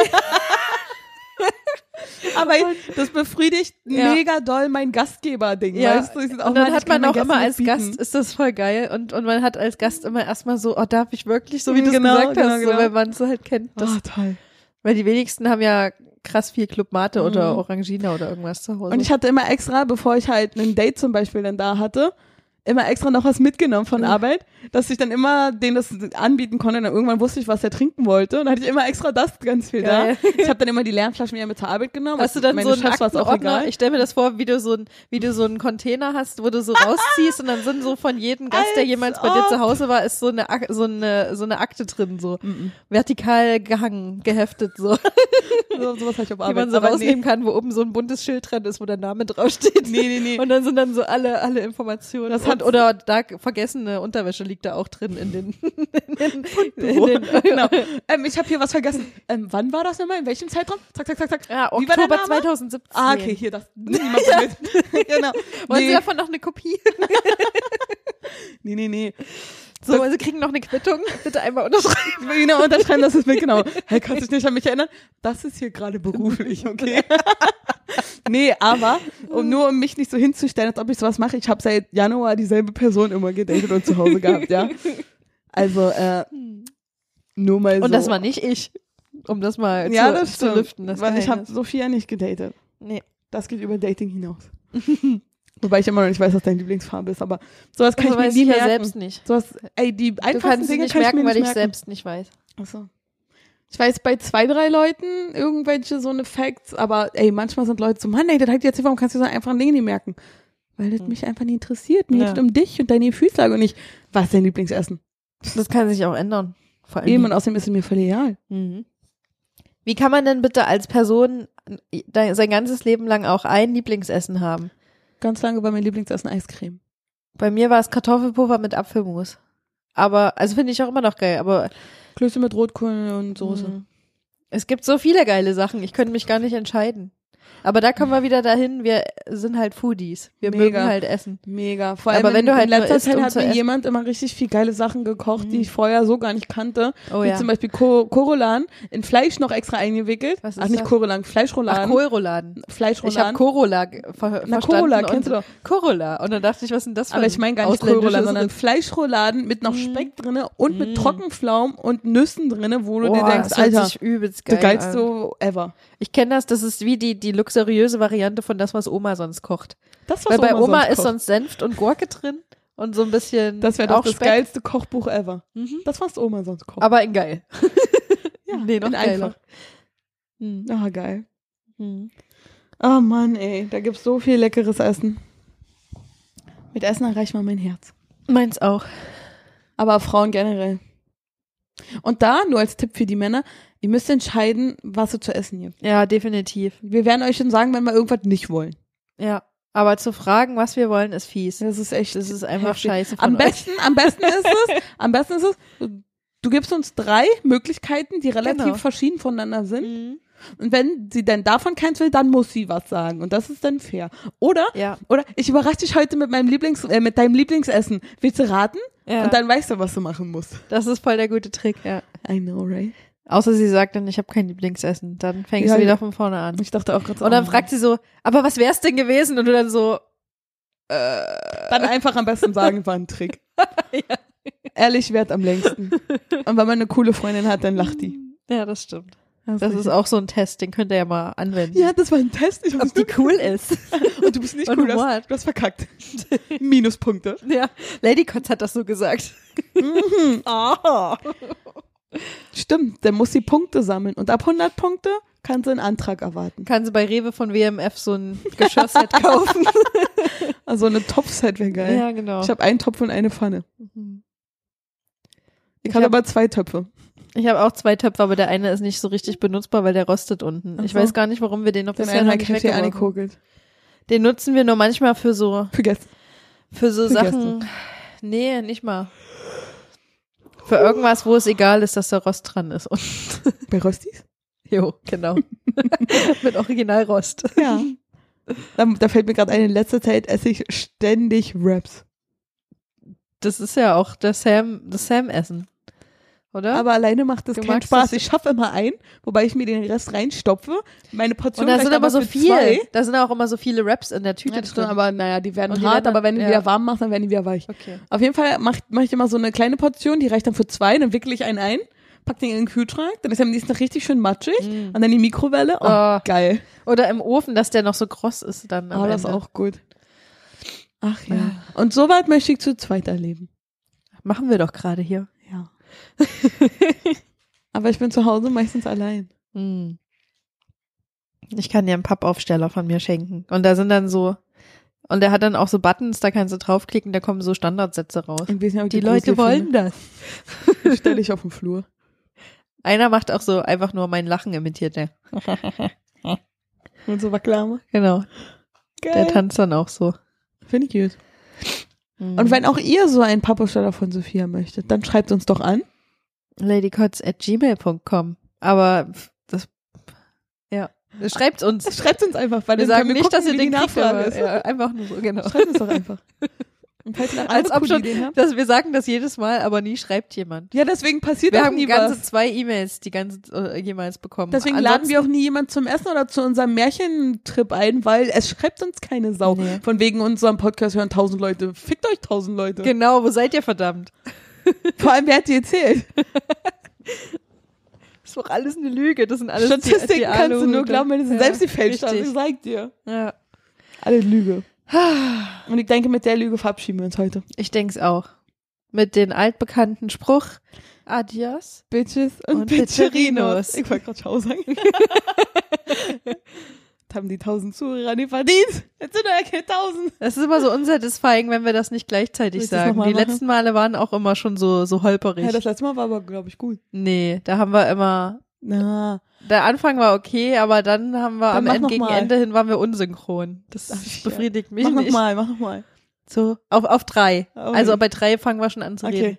Speaker 2: Aber das befriedigt
Speaker 1: Ja.
Speaker 2: mega doll mein Gastgeber-Ding.
Speaker 1: Ja.
Speaker 2: Weißt du? Ich sag auch
Speaker 1: und dann
Speaker 2: mal,
Speaker 1: hat
Speaker 2: ich kann
Speaker 1: man auch
Speaker 2: meinen Gästen
Speaker 1: immer als
Speaker 2: nicht bieten.
Speaker 1: Gast, ist das voll geil. Und, und man hat als Gast immer erstmal so, oh, darf ich wirklich, so wie
Speaker 2: Mhm,
Speaker 1: du es
Speaker 2: genau,
Speaker 1: gesagt hast,
Speaker 2: genau,
Speaker 1: so,
Speaker 2: genau.
Speaker 1: weil man es halt kennt. Das,
Speaker 2: Oh, toll.
Speaker 1: Weil die wenigsten haben ja krass viel Club Mate oder
Speaker 2: Mhm.
Speaker 1: Orangina oder irgendwas zu Hause.
Speaker 2: Und ich hatte immer extra, bevor ich halt ein Date zum Beispiel dann da hatte, immer extra noch was mitgenommen
Speaker 1: Mhm.
Speaker 2: von Arbeit, dass ich dann immer denen das anbieten konnte. Und dann irgendwann wusste ich, was er trinken wollte. Und dann hatte ich immer extra das ganz viel
Speaker 1: Geil.
Speaker 2: da. Ich habe dann immer die Lernflaschen wieder mit zur Arbeit genommen.
Speaker 1: Hast du dann
Speaker 2: Meine
Speaker 1: so einen
Speaker 2: Chefs war's auch
Speaker 1: Aktenordner?
Speaker 2: egal.
Speaker 1: Ich stelle mir das vor, wie du, so ein, wie du so einen Container hast, wo du so rausziehst und dann sind so von jedem Gast, der
Speaker 2: Als
Speaker 1: jemals bei dir
Speaker 2: ob.
Speaker 1: zu Hause war, ist so eine, Ak- so eine, so eine Akte drin, so vertikal gehangen, geheftet, so,
Speaker 2: so, sowas hatte ich auf
Speaker 1: die
Speaker 2: Arbeit.
Speaker 1: man so
Speaker 2: Aber
Speaker 1: rausnehmen kann, wo oben so ein buntes Schild dran ist, wo der Name draufsteht.
Speaker 2: Nee, nee, nee.
Speaker 1: Und dann sind dann so alle, alle Informationen.
Speaker 2: Das
Speaker 1: Und, oder da vergessene Unterwäsche liegt da auch drin in den. In den, in den
Speaker 2: genau. Ähm, ich habe hier was vergessen. Ähm, wann war das nochmal? In welchem Zeitraum? Zack, zack, zack, zack.
Speaker 1: ja,
Speaker 2: Wie war der
Speaker 1: Oktober
Speaker 2: Name?
Speaker 1: 2017.
Speaker 2: Ah, okay, hier das. Niemand ja. genau.
Speaker 1: Wollen Sie
Speaker 2: Nee,
Speaker 1: davon noch eine Kopie?
Speaker 2: nee, nee, nee.
Speaker 1: So, Sie kriegen noch eine Quittung. Bitte einmal unterschreiben.
Speaker 2: Genau, unterschreiben, das ist mir genau. Hey, kannst du dich nicht an mich erinnern? Das ist hier gerade beruflich, okay? nee, aber um nur um mich nicht so hinzustellen, als ob ich sowas mache, ich habe seit Januar dieselbe Person immer gedatet und zu Hause gehabt, ja. Also, äh, nur mal so.
Speaker 1: Hm. Und das war nicht ich. Um das mal
Speaker 2: ja,
Speaker 1: zu,
Speaker 2: das
Speaker 1: zu
Speaker 2: stimmt,
Speaker 1: lüften. Das
Speaker 2: weil ich habe
Speaker 1: Geheimnis.
Speaker 2: Sophia nicht gedatet.
Speaker 1: Nee.
Speaker 2: Das geht über Dating hinaus. Wobei ich immer noch nicht weiß, was deine Lieblingsfarbe ist, aber sowas kann
Speaker 1: Also
Speaker 2: ich mir
Speaker 1: weiß
Speaker 2: nie
Speaker 1: ich ja
Speaker 2: merken.
Speaker 1: selbst nicht.
Speaker 2: Sowas, ey, die
Speaker 1: Du
Speaker 2: einfachsten
Speaker 1: kannst es
Speaker 2: Dinge
Speaker 1: nicht
Speaker 2: kann
Speaker 1: merken,
Speaker 2: ich mir
Speaker 1: weil
Speaker 2: nicht
Speaker 1: ich
Speaker 2: merken.
Speaker 1: selbst nicht weiß.
Speaker 2: Achso. Ich weiß bei zwei, drei Leuten irgendwelche so eine Facts, aber ey, manchmal sind Leute so, Mann, ey, das hat jetzt, warum kannst du so einfachen Dinge nicht merken? Weil das mich einfach nicht interessiert. Mir
Speaker 1: Hm. Ja.
Speaker 2: geht es um dich und deine Gefühlslage und nicht, was ist dein Lieblingsessen?
Speaker 1: Das kann sich auch ändern. Vor allem.
Speaker 2: Eben und außerdem ist es mir völlig egal.
Speaker 1: Mhm. Wie kann man denn bitte als Person de- sein ganzes Leben lang auch ein Lieblingsessen haben?
Speaker 2: Ganz lange war mein Lieblingsessen Eiscreme.
Speaker 1: Bei mir war es Kartoffelpuffer mit Apfelmus. Aber, also finde ich auch immer noch geil, aber
Speaker 2: Klöße mit Rotkohl und Soße.
Speaker 1: mh, Mhm. es gibt so viele geile Sachen, ich könnte mich gar nicht entscheiden. Aber da kommen wir wieder dahin, wir sind halt Foodies. Wir
Speaker 2: Mega.
Speaker 1: mögen halt essen.
Speaker 2: Mega. Vor
Speaker 1: Aber wenn du halt
Speaker 2: in
Speaker 1: nur
Speaker 2: letzter
Speaker 1: isst,
Speaker 2: Zeit
Speaker 1: um
Speaker 2: hat
Speaker 1: zu
Speaker 2: mir
Speaker 1: essen.
Speaker 2: jemand immer richtig viel geile Sachen gekocht, die
Speaker 1: Mhm.
Speaker 2: ich vorher so gar nicht kannte.
Speaker 1: Oh
Speaker 2: Wie
Speaker 1: ja.
Speaker 2: zum Beispiel Ko Korolan, in Fleisch noch extra eingewickelt.
Speaker 1: Was ist
Speaker 2: Ach, nicht
Speaker 1: das?
Speaker 2: Korolan, Fleischrouladen.
Speaker 1: Ach, Kohlroladen. Ich habe
Speaker 2: Fleischrouladen.
Speaker 1: Corolla ge- ver
Speaker 2: Na,
Speaker 1: verstanden.
Speaker 2: Corolla,
Speaker 1: und-
Speaker 2: kennst du doch.
Speaker 1: Corolla. Und dann dachte ich, was ist denn das für
Speaker 2: Aber
Speaker 1: ein
Speaker 2: ich meine gar nicht
Speaker 1: ausländisches
Speaker 2: Kohlrouladen, sondern
Speaker 1: Ritz?
Speaker 2: Fleischrouladen mit noch
Speaker 1: Mm.
Speaker 2: Speck drinne und
Speaker 1: Mm.
Speaker 2: mit Trockenpflaumen und Nüssen drinne, wo du dir
Speaker 1: Boah,
Speaker 2: denkst,
Speaker 1: das hört
Speaker 2: Alter,
Speaker 1: sich übelst geil
Speaker 2: der geilste
Speaker 1: an.
Speaker 2: ever.
Speaker 1: Ich kenne das, das ist wie die, die luxuriöse Variante von das, was Oma sonst kocht.
Speaker 2: Das
Speaker 1: Weil bei Oma ist
Speaker 2: kocht.
Speaker 1: sonst Senft und Gurke drin und so ein bisschen
Speaker 2: das wäre
Speaker 1: auch
Speaker 2: doch das
Speaker 1: Speck.
Speaker 2: geilste Kochbuch ever.
Speaker 1: Mhm.
Speaker 2: Das was Oma sonst kocht.
Speaker 1: Aber in geil.
Speaker 2: Ja,
Speaker 1: nee, noch
Speaker 2: in
Speaker 1: geiler.
Speaker 2: einfach.
Speaker 1: Mhm.
Speaker 2: Ah, geil.
Speaker 1: Mhm.
Speaker 2: Oh Mann, ey, da gibt's so viel leckeres Essen. Mit Essen erreicht man mein Herz.
Speaker 1: Meins auch.
Speaker 2: Aber Frauen generell. Und da, nur als Tipp für die Männer, ihr müsst entscheiden, was ihr zu essen gibt.
Speaker 1: Ja, definitiv.
Speaker 2: Wir werden euch schon sagen, wenn wir irgendwas nicht wollen.
Speaker 1: Ja. Aber zu fragen, was wir wollen, ist fies.
Speaker 2: Das ist echt,
Speaker 1: Das ist einfach
Speaker 2: heftig.
Speaker 1: scheiße von
Speaker 2: Am
Speaker 1: euch.
Speaker 2: besten, am besten ist es, am besten ist es, du gibst uns drei Möglichkeiten, die relativ
Speaker 1: Genau.
Speaker 2: verschieden voneinander sind.
Speaker 1: Mhm.
Speaker 2: Und wenn sie dann davon keins will, dann muss sie was sagen. Und das ist dann fair. Oder,
Speaker 1: Ja.
Speaker 2: oder ich überrasche dich heute mit meinem Lieblings, äh, mit deinem Lieblingsessen. Willst du raten?
Speaker 1: ja.
Speaker 2: Und dann weißt du, was du machen musst.
Speaker 1: das ist voll der gute Trick, ja.
Speaker 2: I know, right?
Speaker 1: Außer sie sagt dann, ich habe kein Lieblingsessen. Dann fängst
Speaker 2: Ja,
Speaker 1: du wieder
Speaker 2: ja.
Speaker 1: von vorne an.
Speaker 2: Ich dachte auch gerade so.
Speaker 1: Und dann
Speaker 2: oh.
Speaker 1: fragt sie so, aber was wär's denn gewesen? Und du dann so, äh,
Speaker 2: Dann einfach am besten sagen, war ein Trick. Ehrlich wert am längsten. Und wenn man eine coole Freundin hat, dann lacht die.
Speaker 1: ja, das stimmt. Das
Speaker 2: richtig.
Speaker 1: ist auch so ein Test, den könnt ihr ja mal anwenden.
Speaker 2: Ja, das war ein Test. Ich
Speaker 1: ob die cool ist.
Speaker 2: und du bist nicht
Speaker 1: Und
Speaker 2: cool. Du
Speaker 1: what?
Speaker 2: hast, du hast verkackt. Minuspunkte.
Speaker 1: ja, Lady Kotz hat das so gesagt. Ah.
Speaker 2: Stimmt, dann muss sie Punkte sammeln. Und ab 100 Punkte kann sie einen Antrag erwarten.
Speaker 1: Kann sie bei Rewe von WMF so ein Geschirrset kaufen.
Speaker 2: Also eine Topfset wäre geil.
Speaker 1: genau.
Speaker 2: Ich habe einen Topf und eine Pfanne.
Speaker 1: Mhm.
Speaker 2: Ich
Speaker 1: Ich
Speaker 2: habe
Speaker 1: hab-
Speaker 2: aber zwei Töpfe.
Speaker 1: Ich habe auch zwei Töpfe, aber der eine ist nicht so richtig benutzbar, weil der rostet unten.
Speaker 2: Ach
Speaker 1: Ich
Speaker 2: so.
Speaker 1: weiß gar nicht, warum wir den noch
Speaker 2: Den
Speaker 1: bisher
Speaker 2: einen
Speaker 1: noch
Speaker 2: habe ich
Speaker 1: nicht
Speaker 2: heftig
Speaker 1: weggeworfen.
Speaker 2: angekokelt.
Speaker 1: Den nutzen wir nur manchmal für so,
Speaker 2: Für gestern.
Speaker 1: für so
Speaker 2: Für
Speaker 1: Sachen. Nee, nicht mal. Für irgendwas, wo es egal ist, dass der Rost dran ist. Und,
Speaker 2: Bei Röstis?
Speaker 1: jo, genau. Mit Originalrost.
Speaker 2: Ja. da, da fällt mir gerade ein, in letzter Zeit esse ich ständig Wraps.
Speaker 1: Das ist ja auch der Sam, das Sam-Essen. Oder?
Speaker 2: Aber alleine macht das
Speaker 1: Du
Speaker 2: keinen
Speaker 1: magst
Speaker 2: Spaß.
Speaker 1: das-
Speaker 2: Ich schaffe immer ein, wobei ich mir den Rest reinstopfe. Meine Portion
Speaker 1: und da
Speaker 2: reicht
Speaker 1: sind aber so
Speaker 2: für
Speaker 1: viel.
Speaker 2: Zwei.
Speaker 1: Da sind auch immer so viele Raps in der Tüte
Speaker 2: Ja, das stimmt,
Speaker 1: drin.
Speaker 2: aber naja, die werden
Speaker 1: Und die
Speaker 2: hart,
Speaker 1: werden-
Speaker 2: aber wenn du
Speaker 1: ja.
Speaker 2: wieder warm machst, dann werden die wieder weich.
Speaker 1: okay.
Speaker 2: Auf jeden Fall mache mach ich immer so eine kleine Portion, die reicht dann für zwei, dann wickle ich einen ein, pack den in den Kühlschrank, dann ist er am nächsten Tag richtig schön matschig und dann die Mikrowelle. Mhm. Oh,
Speaker 1: Ah.
Speaker 2: geil.
Speaker 1: Mm. Oder im Ofen, dass der noch so kross ist dann. Am
Speaker 2: Ah, das ist
Speaker 1: Ende.
Speaker 2: auch gut. Ach ja. Und so weit möchte ich zu zweit erleben.
Speaker 1: Machen wir doch gerade hier.
Speaker 2: Ja. aber ich bin zu Hause meistens allein.
Speaker 1: Hm. Ich kann dir einen Pappaufsteller von mir schenken. Und da sind dann so. Und der hat dann auch so Buttons, da kannst du draufklicken, da kommen so Standardsätze raus.
Speaker 2: Und wir sind aber
Speaker 1: Die Leute wollen das.
Speaker 2: Stelle ich auf den Flur.
Speaker 1: Einer macht auch so einfach nur mein Lachen imitiert der.
Speaker 2: Und so Wackelarme.
Speaker 1: Genau.
Speaker 2: Geil.
Speaker 1: Der tanzt dann auch so.
Speaker 2: Finde ich gut. Und wenn auch ihr so einen Pappaussteller von Sophia möchtet, dann schreibt uns doch an.
Speaker 1: Ladycots at gmail.com. Aber das, ja. Schreibt uns.
Speaker 2: Schreibt uns einfach, weil
Speaker 1: Wir
Speaker 2: dann
Speaker 1: sagen
Speaker 2: können
Speaker 1: nicht,
Speaker 2: gucken,
Speaker 1: dass ihr
Speaker 2: wie
Speaker 1: den
Speaker 2: die
Speaker 1: kriegt,
Speaker 2: Nachfrage
Speaker 1: aber
Speaker 2: ist.
Speaker 1: ja, einfach nur so, genau.
Speaker 2: Schreibt uns doch einfach. Und falls ihr noch
Speaker 1: Als
Speaker 2: andere
Speaker 1: ob
Speaker 2: coole
Speaker 1: schon-
Speaker 2: Ideen habt-
Speaker 1: Das, wir sagen das jedes Mal, aber nie schreibt jemand.
Speaker 2: Ja, deswegen passiert
Speaker 1: Wir
Speaker 2: auch
Speaker 1: haben
Speaker 2: nie
Speaker 1: ganze
Speaker 2: was.
Speaker 1: zwei E-Mails, die ganze äh, jemals bekommen.
Speaker 2: Deswegen laden wir auch nie jemand zum Essen oder zu unserem Märchentrip ein, weil es schreibt uns keine Sau.
Speaker 1: Nee.
Speaker 2: Von wegen unserem Podcast hören tausend Leute. Fickt euch tausend Leute.
Speaker 1: Genau, wo seid ihr verdammt?
Speaker 2: Vor allem, wer hat die erzählt?
Speaker 1: Das ist doch alles eine Lüge. Das sind alles die-
Speaker 2: Statistiken
Speaker 1: die
Speaker 2: kannst du nur
Speaker 1: Aluhüte.
Speaker 2: glauben, wenn du sie
Speaker 1: Ja,
Speaker 2: selbst gefälscht hast.
Speaker 1: richtig.
Speaker 2: Ich sag dir.
Speaker 1: Ja,
Speaker 2: Alle Lüge. Und ich denke, mit der Lüge verabschieden wir uns heute.
Speaker 1: ich denk's auch. Mit den altbekannten Spruch. Adios.
Speaker 2: Bitches und,
Speaker 1: Und
Speaker 2: Bitcherinos.
Speaker 1: Bitcherinos.
Speaker 2: Ich wollte gerade Ciao sagen. das haben die tausend Zuhörer nicht verdient. Jetzt sind ja keine tausend.
Speaker 1: Das ist immer so unsatisfying, wenn wir das nicht gleichzeitig
Speaker 2: Willst du's
Speaker 1: sagen.
Speaker 2: nochmal
Speaker 1: Die
Speaker 2: machen?
Speaker 1: letzten Male waren auch immer schon so, so holperig.
Speaker 2: Ja, das letzte Mal war aber, glaube ich, gut.
Speaker 1: nee, da haben wir immer,
Speaker 2: Na,
Speaker 1: der Anfang war okay, aber dann haben wir
Speaker 2: Dann
Speaker 1: am
Speaker 2: mach
Speaker 1: Ende,
Speaker 2: noch
Speaker 1: gegen
Speaker 2: mal.
Speaker 1: Ende hin waren wir unsynchron. Das
Speaker 2: Ach, shit.
Speaker 1: befriedigt mich
Speaker 2: mach
Speaker 1: nicht.
Speaker 2: nochmal, mach nochmal.
Speaker 1: So, auf, auf drei.
Speaker 2: Okay.
Speaker 1: Also bei drei fangen wir schon an zu
Speaker 2: Okay.
Speaker 1: reden.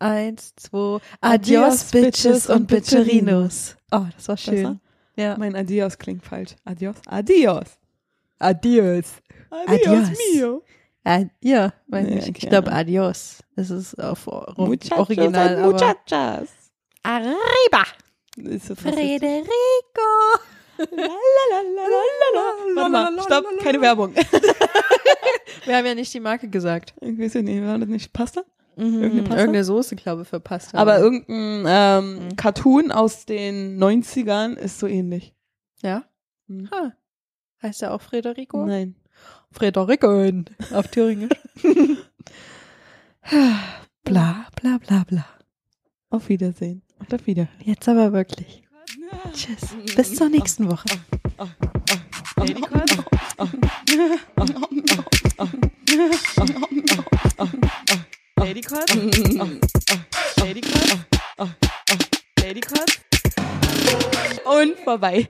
Speaker 1: Eins, zwei.
Speaker 2: Adios,
Speaker 1: Adios,
Speaker 2: Bitches
Speaker 1: Bitches und Bitcherinos. Oh, das war
Speaker 2: Besser?
Speaker 1: schön. Ja.
Speaker 2: Mein Adios klingt falsch. Adios. Adios.
Speaker 4: Adios.
Speaker 2: Adios,
Speaker 1: Adios.
Speaker 2: mio.
Speaker 1: Ad Äh, ja, mein
Speaker 2: Ja,
Speaker 1: ich.
Speaker 2: okay.
Speaker 1: Ich glaube, Adios. Das ist auf Or-
Speaker 2: Muchachos
Speaker 1: Oh, Original.
Speaker 2: und
Speaker 1: Aber
Speaker 2: Muchachas.
Speaker 3: Arriba!
Speaker 2: Ist das rassistisch?
Speaker 3: Federico!
Speaker 2: Warte mal, stopp, keine Werbung.
Speaker 1: wir haben ja nicht die Marke gesagt.
Speaker 2: Ich weiß ja nicht, war das nicht Pasta?
Speaker 1: Mhm. Irgendeine,
Speaker 2: Pasta?
Speaker 1: Irgendeine Soße, glaube ich, verpasst. haben
Speaker 2: Aber
Speaker 1: wir.
Speaker 2: irgendein
Speaker 1: Mhm.
Speaker 2: ähm, Cartoon aus den 90ern ist so ähnlich.
Speaker 1: Ja?
Speaker 2: Hm.
Speaker 1: Ha. Heißt er auch Frederico?
Speaker 2: Nein.
Speaker 1: Frederico auf Thüringisch. bla, bla, bla, bla.
Speaker 2: Auf Wiedersehen und auf Wiederhören.
Speaker 1: Jetzt aber wirklich. Tschüss. Bis zur nächsten Woche.
Speaker 2: Und vorbei.